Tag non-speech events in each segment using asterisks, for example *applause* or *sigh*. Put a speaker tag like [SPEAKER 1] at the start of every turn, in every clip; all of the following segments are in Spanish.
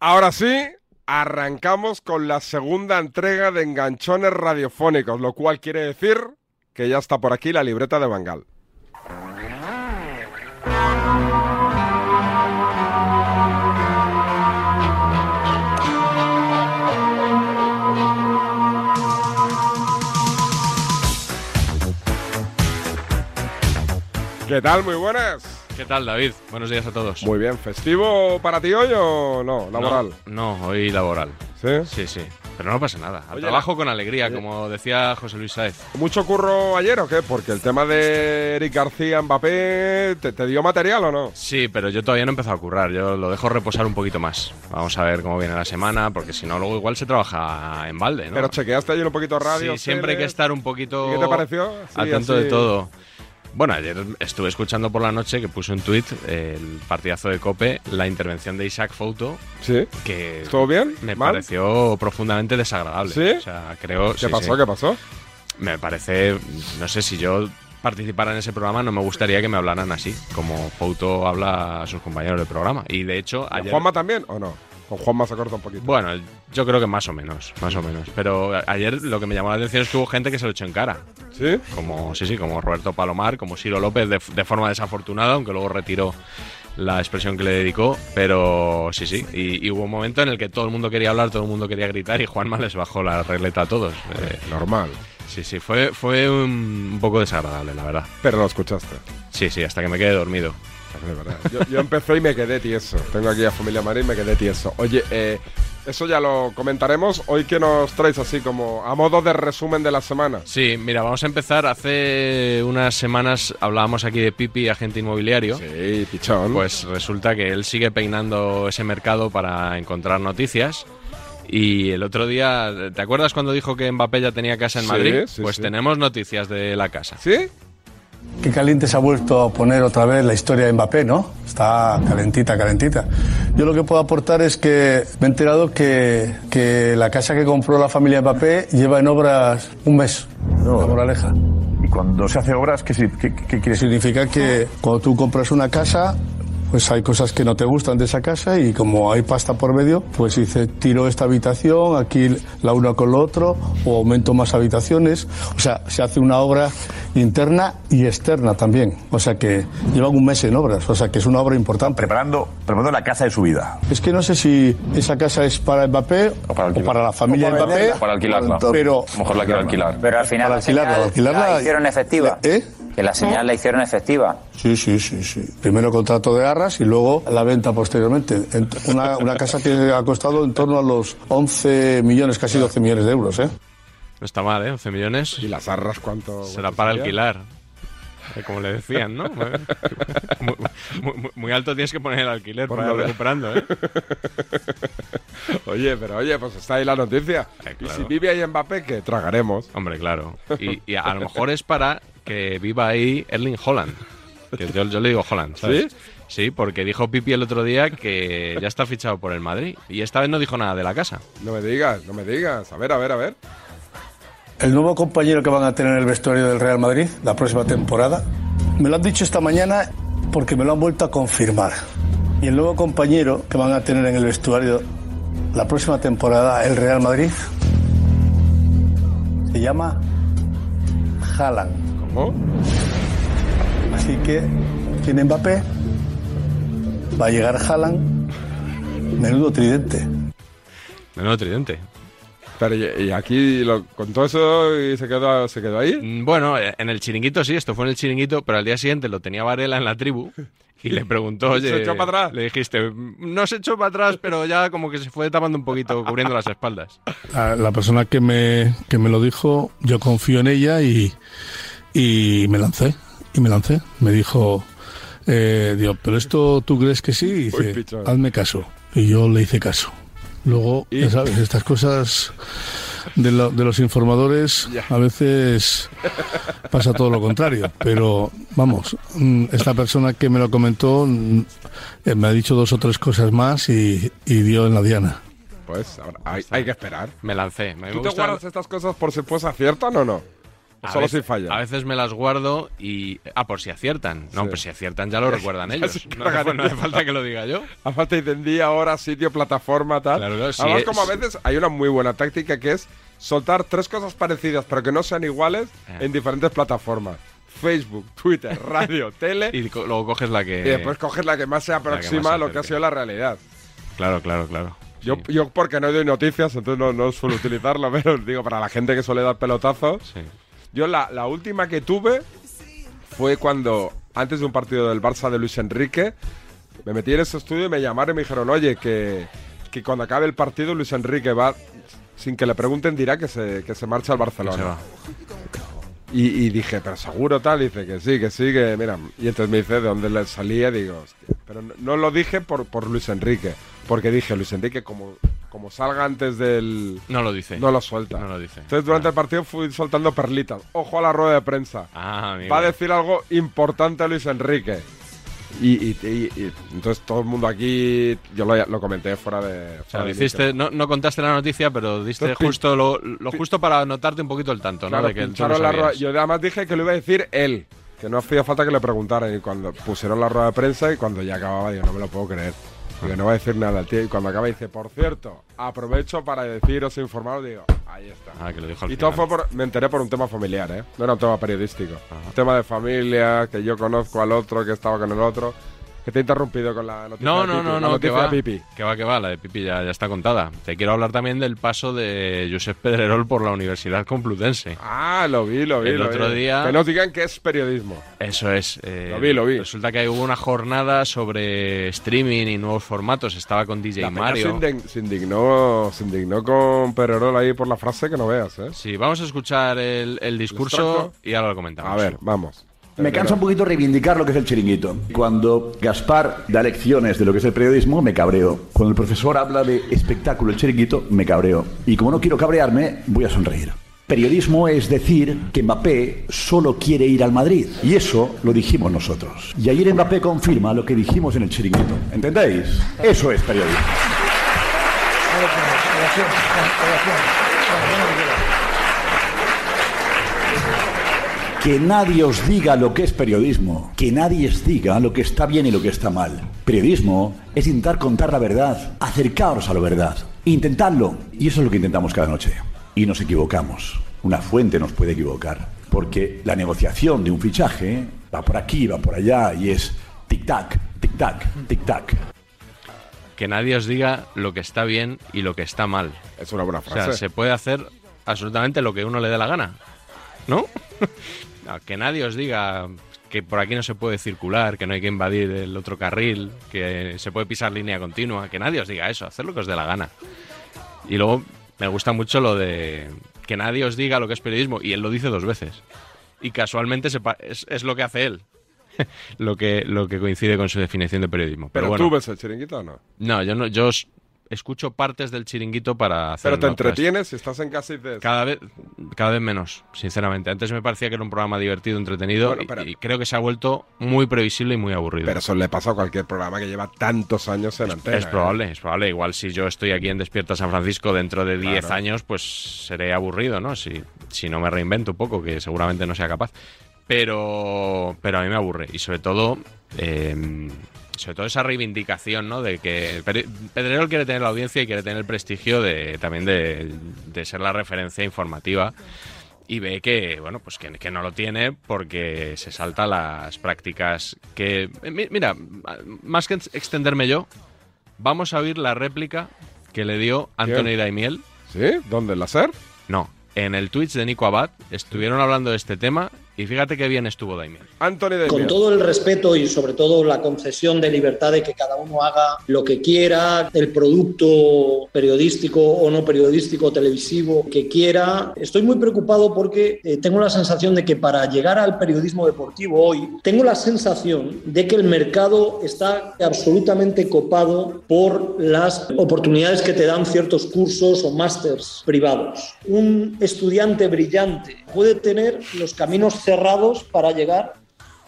[SPEAKER 1] Ahora sí, arrancamos con la segunda entrega de enganchones radiofónicos, lo cual quiere decir que ya está por aquí la libreta de Bangal. ¿Qué tal? Muy buenas.
[SPEAKER 2] ¿Qué tal, David? Buenos días a todos.
[SPEAKER 1] Muy bien, ¿festivo para ti hoy o no? Laboral.
[SPEAKER 2] No, no, hoy laboral.
[SPEAKER 1] ¿Sí?
[SPEAKER 2] Sí, sí. Pero no pasa nada. Al
[SPEAKER 1] Oye,
[SPEAKER 2] trabajo con alegría,
[SPEAKER 1] oye.
[SPEAKER 2] como decía José Luis Sáez.
[SPEAKER 1] ¿Mucho curro ayer o qué? Porque el tema de Eric García, Mbappé, ¿te, te dio material o no?
[SPEAKER 2] Sí, pero yo todavía no he empezado a currar. Yo lo dejo reposar un poquito más. Vamos a ver cómo viene la semana, porque si no, luego igual se trabaja en balde, ¿no?
[SPEAKER 1] Pero chequeaste ayer un poquito radio.
[SPEAKER 2] sí, siempre hay que
[SPEAKER 1] tele.
[SPEAKER 2] estar un poquito
[SPEAKER 1] ¿Y qué te pareció? Sí,
[SPEAKER 2] atento
[SPEAKER 1] así.
[SPEAKER 2] de todo. Bueno, ayer estuve escuchando por la noche que puso en tuit eh, el partidazo de Cope la intervención de Isaac Fouto,
[SPEAKER 1] ¿Sí?
[SPEAKER 2] que
[SPEAKER 1] ¿Estuvo bien?
[SPEAKER 2] me
[SPEAKER 1] ¿Mal?
[SPEAKER 2] pareció profundamente desagradable.
[SPEAKER 1] ¿Sí?
[SPEAKER 2] O sea, creo...
[SPEAKER 1] ¿Qué
[SPEAKER 2] sí,
[SPEAKER 1] pasó?
[SPEAKER 2] sí.
[SPEAKER 1] ¿Qué pasó?
[SPEAKER 2] me parece, no sé si yo participara en ese programa, no me gustaría que me hablaran así, como Fouto habla a sus compañeros de programa. Y de hecho,
[SPEAKER 1] ¿Con
[SPEAKER 2] ayer...
[SPEAKER 1] ¿Juanma también o no? Con Juanma se corta un poquito.
[SPEAKER 2] Bueno, yo creo que más o menos, más o menos. Pero a- ayer lo que me llamó la atención es que hubo gente que se lo echó en cara.
[SPEAKER 1] ¿Sí?
[SPEAKER 2] Como, sí, sí, como Roberto Palomar, como Ciro López, de, de forma desafortunada, aunque luego retiró la expresión que le dedicó. Pero sí, sí. Y, y hubo un momento en el que todo el mundo quería hablar, todo el mundo quería gritar y Juanma les bajó la regleta a todos. Eh,
[SPEAKER 1] Normal.
[SPEAKER 2] sí, sí, fue, fue un un poco desagradable, la verdad.
[SPEAKER 1] Pero lo escuchaste.
[SPEAKER 2] Sí, sí, hasta que me quede dormido.
[SPEAKER 1] Es verdad. Yo, yo empecé y me quedé tieso. Tengo aquí a Familia Marín y me quedé tieso. Oye, eh, eso ya lo comentaremos. Hoy que nos traes así como a modo de resumen de la semana.
[SPEAKER 2] Sí, mira, vamos a empezar. Hace unas semanas hablábamos aquí de Pipi, agente inmobiliario.
[SPEAKER 1] Sí, pichón.
[SPEAKER 2] Pues resulta que él sigue peinando ese mercado para encontrar noticias. Y el otro día, ¿te acuerdas cuando dijo que Mbappé ya tenía casa en
[SPEAKER 1] Sí,
[SPEAKER 2] Madrid?
[SPEAKER 1] sí,
[SPEAKER 2] pues
[SPEAKER 1] sí.
[SPEAKER 2] tenemos noticias de la casa.
[SPEAKER 1] ¿Sí?
[SPEAKER 3] Qué caliente se ha vuelto a poner otra vez la historia de Mbappé, ¿no? Está calentita, calentita. Yo lo que puedo aportar es que me he enterado que, que la casa que compró la familia Mbappé lleva en obras un mes. La moraleja.
[SPEAKER 4] Y cuando se hace obras, ¿qué, si- qué, qué quiere decir?
[SPEAKER 3] Significa que cuando tú compras una casa, pues hay cosas que no te gustan de esa casa y como hay pasta por medio, pues dice, tiro esta habitación, aquí la una con la otro, o aumento más habitaciones. O sea, se hace una obra interna y externa también. O sea que llevan un mes en obras, o sea que es una obra importante.
[SPEAKER 4] Preparando, preparando la casa de su vida.
[SPEAKER 3] Es que no sé si esa casa es para Mbappé o para,
[SPEAKER 5] alquilar.
[SPEAKER 3] la familia
[SPEAKER 5] para
[SPEAKER 3] Mbappé.
[SPEAKER 5] venderla. Para alquilarla.
[SPEAKER 3] Pero
[SPEAKER 5] mejor la quiero alquilar.
[SPEAKER 6] Pero al final
[SPEAKER 3] Para
[SPEAKER 6] la
[SPEAKER 3] alquilarla,
[SPEAKER 6] señal
[SPEAKER 3] alquilarla
[SPEAKER 6] la
[SPEAKER 3] y-
[SPEAKER 6] hicieron efectiva.
[SPEAKER 3] ¿Eh?
[SPEAKER 6] Que la señal la hicieron efectiva.
[SPEAKER 3] Sí, sí, sí, sí. Primero contrato de arras y luego la venta posteriormente. En- Una, una casa que ha costado en torno a los 11 millones, casi 12 millones de euros, ¿eh?
[SPEAKER 2] No está mal, ¿eh? 11 millones.
[SPEAKER 1] ¿Y las arras cuánto?
[SPEAKER 2] Será
[SPEAKER 1] cuánto
[SPEAKER 2] para
[SPEAKER 1] sería?
[SPEAKER 2] alquilar. Eh, Como le decían,
[SPEAKER 1] *laughs*
[SPEAKER 2] ¿no? Muy, muy- muy alto tienes que poner el alquiler
[SPEAKER 1] Por
[SPEAKER 2] para
[SPEAKER 1] lo
[SPEAKER 2] ir
[SPEAKER 1] de-
[SPEAKER 2] recuperando, ¿eh?
[SPEAKER 1] *laughs* Oye, pero oye, pues está ahí la noticia.
[SPEAKER 2] Eh,
[SPEAKER 1] Y
[SPEAKER 2] claro.
[SPEAKER 1] si vive ahí Mbappé, que tragaremos.
[SPEAKER 2] Hombre, claro. Y, y a lo mejor es para que viva ahí Erling Holland. Que yo, yo le digo Holland, ¿sabes?
[SPEAKER 1] ¿Sí?
[SPEAKER 2] ¿Sí? porque dijo Pipi el otro día que ya está fichado por el Madrid. Y esta vez no dijo nada de la casa.
[SPEAKER 1] No me digas, no me digas. A ver, a ver, a ver.
[SPEAKER 3] El nuevo compañero que van a tener en el vestuario del Real Madrid la próxima temporada, me lo han dicho esta mañana porque me lo han vuelto a confirmar. Y el nuevo compañero que van a tener en el vestuario la próxima temporada el Real Madrid se llama Haaland.
[SPEAKER 1] ¿Cómo?
[SPEAKER 3] Así que tiene Mbappé, va a llegar Haaland, menudo tridente.
[SPEAKER 2] Menudo tridente.
[SPEAKER 1] Pero y, y aquí lo contó eso y se quedó, se quedó ahí.
[SPEAKER 2] Mm, Bueno, eh, en el chiringuito sí, esto fue en el chiringuito, pero al día siguiente lo tenía Varela en la tribu y le preguntó, oye,
[SPEAKER 1] ¿Se echó para atrás?
[SPEAKER 2] Le dijiste, "Mm, no se echó para atrás, pero ya como que se fue tapando un poquito, cubriendo las espaldas.
[SPEAKER 7] a la persona que me, que me lo dijo, yo confío en ella y, y me lancé. Y me lancé. Me dijo, eh, digo, pero esto tú crees que sí? Y
[SPEAKER 1] Uy,
[SPEAKER 7] dice,
[SPEAKER 1] pichón.
[SPEAKER 7] hazme caso. Y yo le hice caso. Luego,
[SPEAKER 1] Y-
[SPEAKER 7] ya sabes, estas cosas de, lo- de los informadores a veces pasa todo lo contrario. Pero vamos, mm, esta persona que me lo comentó mm, eh, me ha dicho dos o tres cosas más y, y dio en la diana.
[SPEAKER 1] Pues ahora hay, hay que esperar.
[SPEAKER 2] Me lancé. Me
[SPEAKER 1] ¿Tú te
[SPEAKER 2] gusta-
[SPEAKER 1] guardas estas cosas por si pues aciertan o no?
[SPEAKER 2] A
[SPEAKER 1] Solo
[SPEAKER 2] vez-
[SPEAKER 1] si falla.
[SPEAKER 2] A veces me las guardo y. Ah, por si aciertan. No,
[SPEAKER 1] Sí.
[SPEAKER 2] pues si aciertan ya lo
[SPEAKER 1] *laughs*
[SPEAKER 2] recuerdan
[SPEAKER 1] Ya
[SPEAKER 2] ellos.
[SPEAKER 1] se
[SPEAKER 2] No, hace-
[SPEAKER 1] cagan
[SPEAKER 2] no hace falta *laughs* que lo diga yo.
[SPEAKER 1] A falta de día, hora, sitio, plataforma, tal.
[SPEAKER 2] Claro, claro, sí
[SPEAKER 1] Además,
[SPEAKER 2] es.
[SPEAKER 1] como a veces hay una muy buena táctica que es soltar tres cosas parecidas pero que no sean iguales
[SPEAKER 2] Ah.
[SPEAKER 1] en diferentes plataformas. Facebook,
[SPEAKER 2] *laughs*
[SPEAKER 1] Twitter, *laughs* radio, tele. Y,
[SPEAKER 2] Y co- luego coges la que.
[SPEAKER 1] después coges la que más se
[SPEAKER 2] más
[SPEAKER 1] aproxima
[SPEAKER 2] se
[SPEAKER 1] a lo que ha
[SPEAKER 2] acerque.
[SPEAKER 1] sido la realidad.
[SPEAKER 2] Claro, claro, claro.
[SPEAKER 1] Yo,
[SPEAKER 2] Sí,
[SPEAKER 1] yo porque no doy noticias, entonces no, no suelo utilizarlo, *laughs* pero digo, para la gente que suele dar pelotazos.
[SPEAKER 2] sí.
[SPEAKER 1] Yo la, la última que tuve fue cuando, antes de un partido del Barça de Luis Enrique, me metí en ese estudio y me llamaron y me dijeron, oye, que, que cuando acabe el partido Luis Enrique va, sin que le pregunten, dirá que se, que se marcha al Barcelona.
[SPEAKER 2] Se va.
[SPEAKER 1] Y, y dije, pero seguro tal, dice que sí, que sí, que mira. Y entonces me dice de dónde le salía, digo, hostia. Pero no, no lo dije por, por Luis Enrique, porque dije, Luis Enrique, como, como salga antes del.
[SPEAKER 2] No lo dice.
[SPEAKER 1] No lo suelta.
[SPEAKER 2] No lo dice.
[SPEAKER 1] Entonces durante
[SPEAKER 2] Ah.
[SPEAKER 1] el partido fui soltando perlitas. Ojo a la rueda de prensa.
[SPEAKER 2] Ah, amigo.
[SPEAKER 1] Va a decir algo importante a Luis Enrique. Y, y- y- y- entonces todo el mundo aquí, yo lo, lo comenté fuera de.
[SPEAKER 2] O sea,
[SPEAKER 1] fuera
[SPEAKER 2] lo
[SPEAKER 1] de
[SPEAKER 2] hiciste,
[SPEAKER 1] micro.
[SPEAKER 2] no, no contaste la noticia, pero diste
[SPEAKER 1] Entonces, pin-
[SPEAKER 2] justo lo, lo justo para anotarte un poquito el tanto,
[SPEAKER 1] Claro,
[SPEAKER 2] ¿no? De que tú lo
[SPEAKER 1] pincharon la
[SPEAKER 2] sabías.
[SPEAKER 1] rueda- Yo además dije que lo iba a decir él, que no hacía falta que le preguntaran. Y cuando pusieron la rueda de prensa y cuando ya acababa, digo, no me lo puedo creer. Porque no va a decir nada el tío. Y cuando acaba, dice, por cierto, aprovecho para deciros e informaros, digo, ahí está.
[SPEAKER 2] Ah, que lo dijo al
[SPEAKER 1] Y todo
[SPEAKER 2] final.
[SPEAKER 1] fue por. Me enteré por un tema familiar, ¿eh? No era un tema periodístico. Un tema de familia, que yo conozco al otro, que estaba con el otro. Que te he interrumpido con la noticia.
[SPEAKER 2] No,
[SPEAKER 1] de
[SPEAKER 2] no,
[SPEAKER 1] Pipi,
[SPEAKER 2] no,
[SPEAKER 1] la
[SPEAKER 2] no, que
[SPEAKER 1] noticia
[SPEAKER 2] va,
[SPEAKER 1] de Pipi.
[SPEAKER 2] que va, que va, la de Pipi ya, ya está contada. Te quiero hablar también del paso de Josep Pedrerol por la Universidad Complutense.
[SPEAKER 1] Ah, lo vi, lo vi.
[SPEAKER 2] El
[SPEAKER 1] lo
[SPEAKER 2] otro
[SPEAKER 1] vi.
[SPEAKER 2] día-
[SPEAKER 1] Que nos digan que es periodismo.
[SPEAKER 2] Eso es. eh,
[SPEAKER 1] Lo vi, lo vi.
[SPEAKER 2] Resulta que hubo una jornada sobre streaming y nuevos formatos. Estaba con DJ
[SPEAKER 1] La peña
[SPEAKER 2] Mario.
[SPEAKER 1] Se, indign- se indignó, se indignó con Pererol ahí por la frase que no veas, ¿eh?
[SPEAKER 2] Sí, vamos a escuchar el, el discurso
[SPEAKER 1] extracto?
[SPEAKER 2] y ahora lo comentamos.
[SPEAKER 1] A ver, vamos.
[SPEAKER 5] Me cansa un poquito reivindicar lo que es el chiringuito. Cuando Gaspar da lecciones de lo que es el periodismo, me cabreo. Cuando el profesor habla de espectáculo, el chiringuito, me cabreo. Y como no quiero cabrearme, voy a sonreír. Periodismo es decir que Mbappé solo quiere ir al Madrid. Y eso lo dijimos nosotros. Y ayer Mbappé confirma lo que dijimos en el chiringuito. ¿Entendéis? Eso es periodismo. Que nadie os diga lo que es periodismo. Que nadie os diga lo que está bien y lo que está mal. Periodismo es intentar contar la verdad, acercaros a la verdad, intentadlo. Y eso es lo que intentamos cada noche. Y nos equivocamos. Una fuente nos puede equivocar. Porque la negociación de un fichaje va por aquí, va por allá y es tic-tac, tic-tac, tic-tac.
[SPEAKER 2] Que nadie os diga lo que está bien y lo que está mal.
[SPEAKER 1] Es una buena
[SPEAKER 2] O sea,
[SPEAKER 1] frase.
[SPEAKER 2] se puede hacer absolutamente lo que uno le dé la gana.
[SPEAKER 1] *laughs*
[SPEAKER 2] ¿No? No, que nadie os diga que por aquí no se puede circular, que no hay que invadir el otro carril, que se puede pisar línea continua, que nadie os diga eso, hacer lo que os dé la gana. Y luego me gusta mucho lo de que nadie os diga lo que es periodismo, y él lo dice dos veces. Y casualmente se pa- es, es lo que hace él, lo, que, lo que coincide con su definición de periodismo.
[SPEAKER 1] Pero
[SPEAKER 2] Pero, bueno,
[SPEAKER 1] tú ves el chiringuito o no.
[SPEAKER 2] no, yo no, yo os- escucho partes del chiringuito para hacer
[SPEAKER 1] Pero te
[SPEAKER 2] notas.
[SPEAKER 1] entretienes si estás en casa y dices.
[SPEAKER 2] Cada vez, cada vez menos, sinceramente. Antes me parecía que era un programa divertido, entretenido,
[SPEAKER 1] Bueno,
[SPEAKER 2] y-
[SPEAKER 1] pero-
[SPEAKER 2] y, creo que se ha vuelto muy previsible y muy aburrido.
[SPEAKER 1] Pero eso le pasa a cualquier programa que lleva tantos años en antena.
[SPEAKER 2] es
[SPEAKER 1] ¿eh?
[SPEAKER 2] probable, es probable. Igual si yo estoy aquí en Despierta San Francisco dentro de 10
[SPEAKER 1] Claro.
[SPEAKER 2] años, pues seré aburrido, ¿no? Si, si no me reinvento un poco, que seguramente no sea capaz. Pero, pero a mí me aburre. Y sobre todo, eh, sobre todo esa reivindicación, ¿no? De que Pere- Pedrerol quiere tener la audiencia y quiere tener el prestigio de, también de, de ser la referencia informativa. Y ve que, bueno, pues que, que no lo tiene porque se salta las prácticas que... mi- Mira, más que extenderme yo, Vamos a oír la réplica que le dio Anthony
[SPEAKER 1] Bien.
[SPEAKER 2] Daimiel.
[SPEAKER 1] ¿Sí? ¿Dónde? ¿En la SER?
[SPEAKER 2] No, en el Twitch de Nico Abad estuvieron hablando de este tema y fíjate qué bien estuvo Daimiel.
[SPEAKER 1] Anthony de
[SPEAKER 8] Con
[SPEAKER 1] Miguel.
[SPEAKER 8] todo el respeto y sobre todo la concesión de libertad de que cada uno haga lo que quiera, el producto periodístico o no periodístico, televisivo que quiera, estoy muy preocupado porque eh, tengo la sensación de que para llegar al periodismo deportivo hoy, tengo la sensación de que el mercado está absolutamente copado por las oportunidades que te dan ciertos cursos o másters privados. Un estudiante brillante puede tener los caminos cerrados para llegar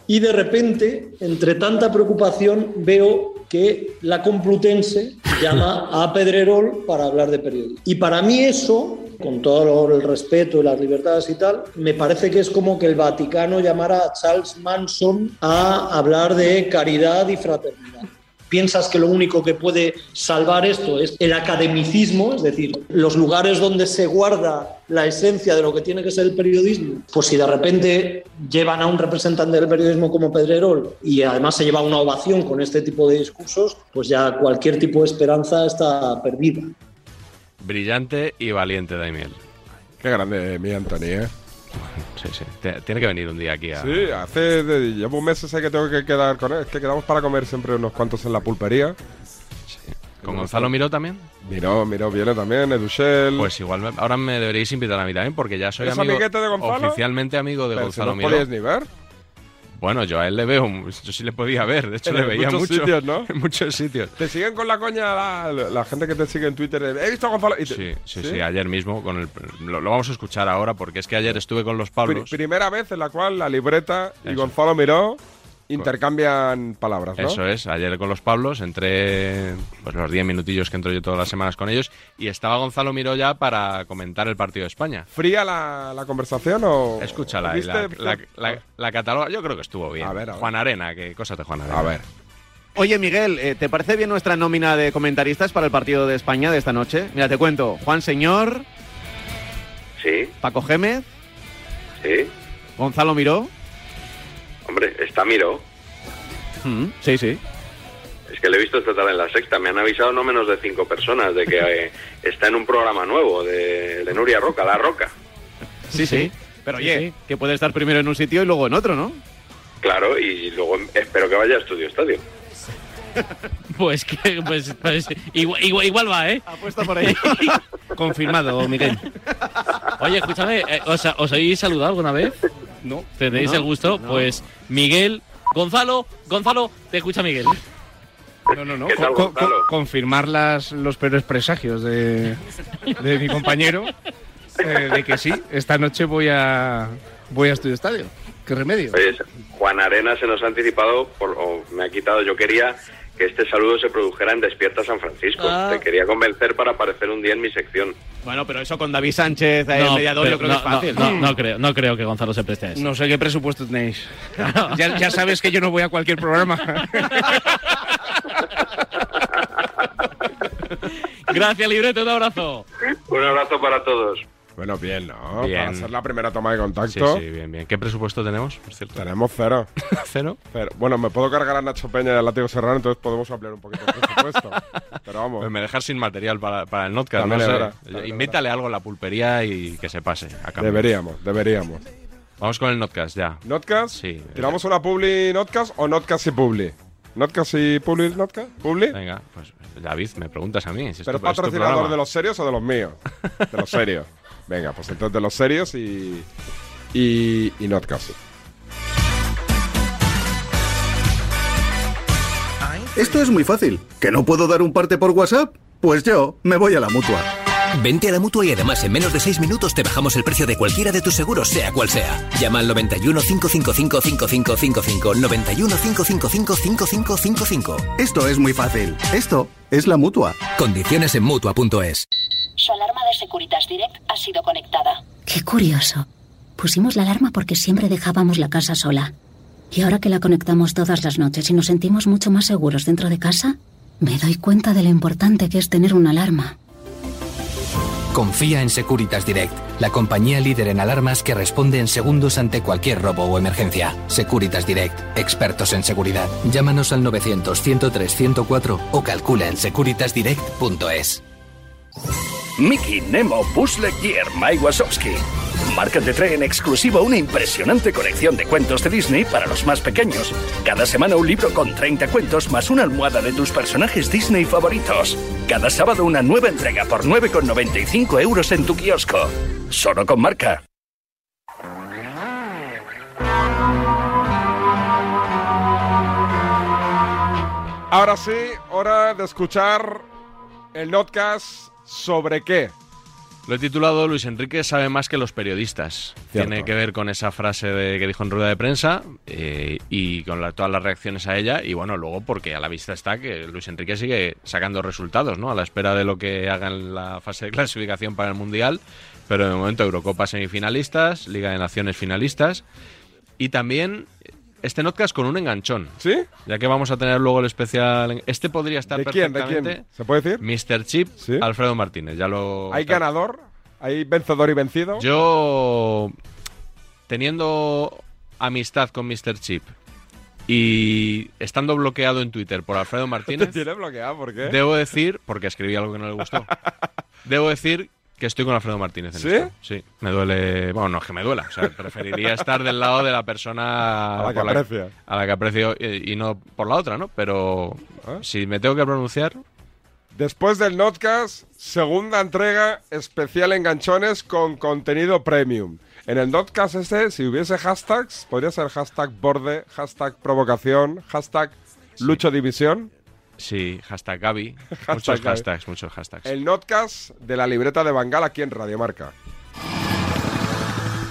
[SPEAKER 8] Y de repente, entre tanta preocupación, veo que la Complutense llama a Pedrerol para hablar de periodismo. Y para mí eso, con todo el respeto y las libertades y tal, me parece que es como que el Vaticano llamara a Charles Manson a hablar de caridad y fraternidad piensas que lo único que puede salvar esto es el academicismo, es decir, los lugares donde se guarda la esencia de lo que tiene que ser el periodismo, pues si de repente llevan a un representante del periodismo como Pedrerol y además se lleva una ovación con este tipo de discursos, pues ya cualquier tipo de esperanza está perdida.
[SPEAKER 2] Brillante y valiente, Daimiel.
[SPEAKER 1] Qué grande mi Antonio, ¿eh?
[SPEAKER 2] Sí, sí. Te- Tiene que venir un día aquí a...
[SPEAKER 1] Sí, hace. de- llevo meses ahí que tengo que quedar con él. Es que quedamos para comer siempre unos cuantos en la pulpería.
[SPEAKER 2] ¿Con Gonzalo Miró también?
[SPEAKER 1] Miró, miró, viene también, Edushel.
[SPEAKER 2] Pues igual me- ahora me deberéis invitar a mí también porque ya soy
[SPEAKER 1] ¿Es
[SPEAKER 2] amigo...
[SPEAKER 1] amiguete de Gonzalo?
[SPEAKER 2] Oficialmente amigo de
[SPEAKER 1] Pero si
[SPEAKER 2] Gonzalo
[SPEAKER 1] no
[SPEAKER 2] Miró.
[SPEAKER 1] podías ni ver.
[SPEAKER 2] Bueno, yo a él le veo... mu- Yo sí le podía ver. De hecho,
[SPEAKER 1] En
[SPEAKER 2] le veía
[SPEAKER 1] muchos
[SPEAKER 2] mucho.
[SPEAKER 1] sitios, ¿no?
[SPEAKER 2] En *laughs* muchos sitios.
[SPEAKER 1] Te siguen con la coña la, la gente que te sigue en Twitter. He visto a Gonzalo. Y te-
[SPEAKER 2] Sí, sí, sí, ayer mismo con el... Lo, lo vamos a escuchar ahora porque es que ayer estuve con los
[SPEAKER 1] Pri-
[SPEAKER 2] Pablos.
[SPEAKER 1] primera vez en la cual la libreta y
[SPEAKER 2] Eso.
[SPEAKER 1] Gonzalo Miró intercambian palabras, ¿no?
[SPEAKER 2] Eso es, ayer con los Pablos entré pues, los 10 minutillos que entro yo todas las semanas con ellos y estaba Gonzalo Miró ya para comentar el partido de España.
[SPEAKER 1] ¿Fría la, la conversación o.?
[SPEAKER 2] Escúchala, y
[SPEAKER 1] ¿Viste?
[SPEAKER 2] la, la, la- la cataloga, yo creo que estuvo bien.
[SPEAKER 1] A ver, a ver.
[SPEAKER 2] Juan Arena, que cosa de Juan Arena.
[SPEAKER 1] A ver.
[SPEAKER 9] Oye, Miguel, eh, ¿te parece bien nuestra nómina de comentaristas para el partido de España de esta noche? Mira, te cuento. Juan Señor,
[SPEAKER 3] Sí,
[SPEAKER 9] Paco Gémez,
[SPEAKER 3] sí.
[SPEAKER 9] Gonzalo Miró.
[SPEAKER 3] Hombre, está Miro.
[SPEAKER 9] Mm, sí, sí.
[SPEAKER 3] Es que le he visto esta tarde en la sexta. Me han avisado no menos de cinco personas
[SPEAKER 2] *laughs*
[SPEAKER 3] de que eh, está en un programa nuevo de, de Nuria Roca, La Roca.
[SPEAKER 9] Sí, sí. Pero
[SPEAKER 3] Sí,
[SPEAKER 9] oye,
[SPEAKER 3] sí.
[SPEAKER 9] que puede estar primero en un sitio y luego en otro, ¿no?
[SPEAKER 3] Claro, y luego espero que vaya a Estudio Estadio.
[SPEAKER 10] Pues que pues,
[SPEAKER 9] *laughs*
[SPEAKER 10] pues, *laughs* igual, igual, igual va, ¿eh?
[SPEAKER 9] Apuesta por ahí.
[SPEAKER 10] *laughs* Confirmado, Miguel. Oye, escúchame, eh, ¿os, ¿os habéis saludado alguna vez?
[SPEAKER 11] No.
[SPEAKER 10] ¿Tenéis
[SPEAKER 9] No,
[SPEAKER 10] el gusto?
[SPEAKER 9] no.
[SPEAKER 10] Pues Miguel, Gonzalo, Gonzalo, te escucha Miguel.
[SPEAKER 12] No, no, no.
[SPEAKER 3] ¿Qué tal,
[SPEAKER 12] Co- co-
[SPEAKER 3] Gonzalo?
[SPEAKER 12] co- confirmar las, los peores presagios de, de mi compañero eh, de que sí, esta noche voy a voy a Estudio Estadio. ¿Qué remedio?
[SPEAKER 3] Oye, Juan Arena se nos ha anticipado, por- o me ha quitado. Yo quería que este saludo se produjera en Despierta San Francisco.
[SPEAKER 10] Ah.
[SPEAKER 3] Te quería convencer para aparecer un día en mi sección.
[SPEAKER 9] Bueno, pero eso con David Sánchez, ahí el mediador,
[SPEAKER 10] pero
[SPEAKER 9] yo creo
[SPEAKER 10] no,
[SPEAKER 9] que es fácil.
[SPEAKER 10] No, no, no creo, no creo que Gonzalo se preste a eso.
[SPEAKER 12] No sé qué presupuesto
[SPEAKER 10] *laughs*
[SPEAKER 12] tenéis. Ya, ya sabes que yo no voy a cualquier programa.
[SPEAKER 10] Gracias, Libreto, un abrazo.
[SPEAKER 3] Un abrazo para todos.
[SPEAKER 1] Bueno, bien, ¿no?
[SPEAKER 2] Bien.
[SPEAKER 1] Para hacer la primera toma de
[SPEAKER 2] Sí,
[SPEAKER 1] contacto.
[SPEAKER 2] sí, bien, bien. ¿Qué presupuesto tenemos? Por cierto,
[SPEAKER 1] Tenemos cero.
[SPEAKER 2] *laughs* cero.
[SPEAKER 1] Pero, bueno, me puedo cargar a Nacho Peña y a Látigo Serrano, entonces podemos ampliar un poquito el presupuesto. Pero
[SPEAKER 2] Pues
[SPEAKER 1] vamos.
[SPEAKER 2] me dejas sin material para, para el Notcast.
[SPEAKER 1] También
[SPEAKER 2] no
[SPEAKER 1] es
[SPEAKER 2] sé.
[SPEAKER 1] verdad, también es
[SPEAKER 2] Invítale algo a la pulpería y que se pase. a cambio.
[SPEAKER 1] Deberíamos, deberíamos.
[SPEAKER 2] Vamos con el Notcast ya.
[SPEAKER 1] ¿Notcast?
[SPEAKER 2] Sí.
[SPEAKER 1] ¿Tiramos una publi Notcast o Notcast y publi? ¿Notcast y publi Notcast? ¿Publi?
[SPEAKER 2] Venga, pues David, me preguntas a mí. si es
[SPEAKER 1] ¿Pero
[SPEAKER 2] tu- es tu
[SPEAKER 1] patrocinador
[SPEAKER 2] programa.
[SPEAKER 1] de los serios o de los míos? De los serios. *laughs* Venga, pues entonces de los serios y. y. y Notcast.
[SPEAKER 5] Esto es muy fácil. ¿Que no puedo dar un parte por WhatsApp? Pues yo me voy a la mutua.
[SPEAKER 13] Vente a la mutua y además en menos de 6 minutos te bajamos el precio de cualquiera de tus seguros, sea cual sea. Llama al 91 555 5555 91 555 5555.
[SPEAKER 5] Esto es muy fácil. Esto es la mutua.
[SPEAKER 13] Condiciones en mutua.es.
[SPEAKER 14] Su alarma de Securitas Direct ha sido conectada.
[SPEAKER 15] Qué curioso. Pusimos la alarma porque siempre dejábamos la casa sola. Y ahora que la conectamos todas las noches y nos sentimos mucho más seguros dentro de casa, me doy cuenta de lo importante que es tener una alarma.
[SPEAKER 13] Confía en Securitas Direct, la compañía líder en alarmas que responde en segundos ante cualquier robo o emergencia. Securitas Direct, expertos en seguridad. Llámanos al 900 103 104 o calcula en securitasdirect.es.
[SPEAKER 16] Mickey, Nemo, Buzz Lightyear, Mike Wazowski. Marca te trae en exclusiva una impresionante colección de cuentos de Disney para los más pequeños. Cada semana un libro con 30 cuentos más una almohada de tus personajes Disney favoritos. Cada sábado una nueva entrega por 9,95 euros en tu kiosco. Solo con marca.
[SPEAKER 1] Ahora sí, hora de escuchar el Notcast sobre qué.
[SPEAKER 2] Lo he titulado Luis Enrique sabe más que los periodistas.
[SPEAKER 17] Cierto.
[SPEAKER 2] Tiene que ver con esa frase de- que dijo en rueda de prensa eh, y con la- todas las reacciones a ella. Y bueno, luego porque a la vista está que Luis Enrique sigue sacando resultados, ¿no? A la espera de lo que haga en la fase de clasificación para el Mundial. Pero de momento Eurocopa semifinalistas, Liga de Naciones finalistas. Y también este notcast con un enganchón.
[SPEAKER 1] ¿Sí?
[SPEAKER 2] Ya que vamos a tener luego el especial. Este podría estar
[SPEAKER 1] ¿De quién? ¿De
[SPEAKER 2] perfectamente.
[SPEAKER 1] quién? ¿Se puede decir?
[SPEAKER 2] Mr. Chip, Alfredo Martínez. Ya lo.
[SPEAKER 1] ¿Hay ganador? ¿Hay vencedor y vencido?
[SPEAKER 2] Yo, teniendo amistad con Mr. Chip y estando bloqueado en Twitter por Alfredo
[SPEAKER 1] Te ¿eh? *laughs*
[SPEAKER 2] Martínez,
[SPEAKER 1] tiene bloqueado, ¿por qué?
[SPEAKER 2] debo decir, porque escribí algo que no
[SPEAKER 1] *laughs*
[SPEAKER 2] le gustó, debo decir que estoy con Alfredo Martínez en
[SPEAKER 1] ¿Sí?
[SPEAKER 2] esto. Sí, me duele. Bueno, no es que me duela. O sea,
[SPEAKER 1] *laughs*
[SPEAKER 2] preferiría estar del lado de la persona
[SPEAKER 1] A la que
[SPEAKER 2] por
[SPEAKER 1] aprecia.
[SPEAKER 2] a la que aprecio eh, y, no por la otra, ¿no? Pero
[SPEAKER 1] ¿Ah?
[SPEAKER 2] si me tengo que pronunciar,
[SPEAKER 1] Después del Notcast, segunda entrega especial enganchones con contenido premium. En el Notcast este, si hubiese hashtags, podría ser hashtag borde, hashtag provocación, hashtag lucho división.
[SPEAKER 2] sí, hashtag Gaby.
[SPEAKER 1] *laughs* Hashtag
[SPEAKER 2] muchos
[SPEAKER 1] Gaby.
[SPEAKER 2] hashtags, muchos hashtags.
[SPEAKER 1] El Notcast de la libreta de Bangal aquí en Radiomarca.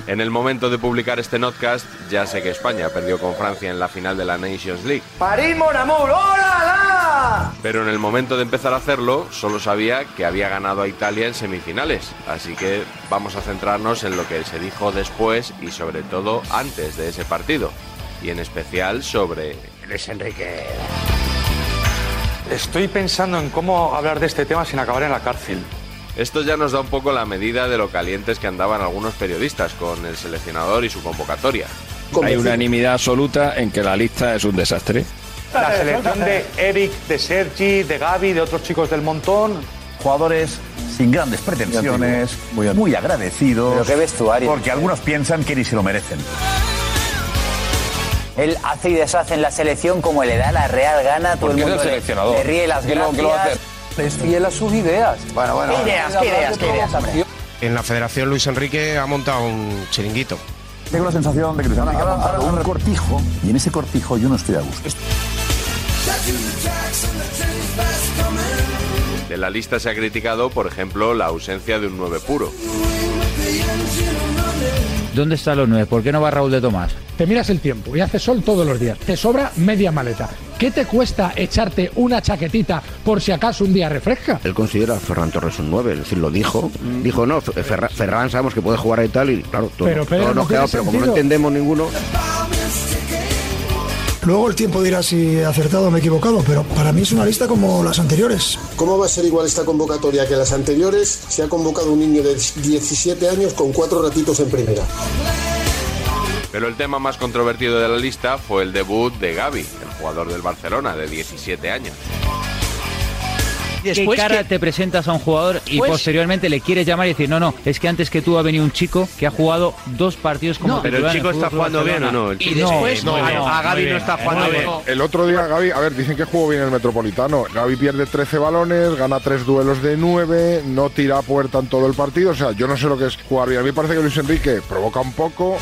[SPEAKER 17] En el momento de publicar este podcast, ya sé que España perdió con Francia en la final de la Nations League.
[SPEAKER 18] París, mon amour, ¡hola!
[SPEAKER 17] Pero en el momento de empezar a hacerlo, solo sabía que había ganado a Italia en semifinales. Así que vamos a centrarnos en lo que se dijo después y sobre todo antes de ese partido. Y en especial sobre... Luis Enrique.
[SPEAKER 19] Estoy pensando en cómo hablar de este tema sin acabar en la cárcel.
[SPEAKER 17] Esto ya nos da un poco la medida de lo calientes que andaban algunos periodistas con el seleccionador y su convocatoria.
[SPEAKER 20] Hay unanimidad absoluta en que la lista es un desastre.
[SPEAKER 19] La
[SPEAKER 9] Eh,
[SPEAKER 19] selección de Eric, de Sergi, de Gaby, de otros chicos del montón.
[SPEAKER 9] Jugadores sin grandes pretensiones, muy, agradecidos.
[SPEAKER 21] Pero qué vestuario.
[SPEAKER 9] Porque algunos piensan que ni se lo merecen.
[SPEAKER 21] Él hace y deshace en la selección como le da la real gana. Todo el
[SPEAKER 20] Porque es el
[SPEAKER 21] mundo le-
[SPEAKER 20] seleccionador.
[SPEAKER 21] Le, ríe las
[SPEAKER 20] ¿Qué lo- qué lo va a
[SPEAKER 21] gracias.
[SPEAKER 19] Es fiel a sus ideas.
[SPEAKER 21] Bueno, bueno. ¿Qué ideas, qué ideas, qué ideas, hombre?
[SPEAKER 22] En la Federación Luis Enrique ha montado un chiringuito.
[SPEAKER 9] Tengo la sensación de que les han montado un cortijo y en ese cortijo yo no estoy a gusto.
[SPEAKER 17] De la lista se ha criticado, por ejemplo, la ausencia de un 9 puro.
[SPEAKER 23] ¿Dónde está los nueve? ¿Por qué no va Raúl de Tomás?
[SPEAKER 24] Te miras el tiempo y hace sol todos los días. Te sobra media maleta. ¿Qué te cuesta echarte una chaquetita por si acaso un día refresca?
[SPEAKER 5] Él considera a Ferran Torres un 9, es decir, lo dijo.
[SPEAKER 24] Mm.
[SPEAKER 5] Dijo, no, Fe- Ferra- Ferran sabemos que puede jugar y tal, y claro, todo-
[SPEAKER 24] Pero, Pedro,
[SPEAKER 5] todos
[SPEAKER 24] no
[SPEAKER 5] nos quedamos,
[SPEAKER 24] tiene
[SPEAKER 5] pero como no
[SPEAKER 24] sentido.
[SPEAKER 5] entendemos ninguno,
[SPEAKER 25] Luego el tiempo dirá si he acertado o me he equivocado, pero para mí es una lista como las anteriores.
[SPEAKER 26] ¿Cómo va a ser igual esta convocatoria que las anteriores? Se ha convocado un niño de 17 años con cuatro ratitos en primera.
[SPEAKER 17] Pero el tema más controvertido de la lista fue el debut de Gaby, el jugador del Barcelona de 17 años.
[SPEAKER 23] ¿Qué cara te presentas a un jugador y
[SPEAKER 17] Pues-
[SPEAKER 23] posteriormente le quieres llamar y decir, no, no, es que antes que tú ha venido un chico que ha jugado dos partidos como
[SPEAKER 17] No, pero el
[SPEAKER 23] titular en
[SPEAKER 17] chico está
[SPEAKER 23] Fútbol Club
[SPEAKER 17] jugando bien
[SPEAKER 23] Barcelona"?
[SPEAKER 17] o no, el
[SPEAKER 23] Y
[SPEAKER 17] chico- Eh,
[SPEAKER 23] después, Ah,
[SPEAKER 17] No,
[SPEAKER 23] no,
[SPEAKER 17] no,
[SPEAKER 23] no,
[SPEAKER 17] a Gaby
[SPEAKER 23] muy
[SPEAKER 17] no
[SPEAKER 23] bien.
[SPEAKER 17] está jugando
[SPEAKER 23] Muy
[SPEAKER 17] bien.
[SPEAKER 27] El otro día, Gaby, a ver, dicen que jugó bien en el Metropolitano. Gaby pierde 13 balones, gana 3 duelos de 9, no tira a puerta en todo el partido. O sea, yo no sé lo que es jugar bien. A mí me parece que Luis Enrique provoca un poco.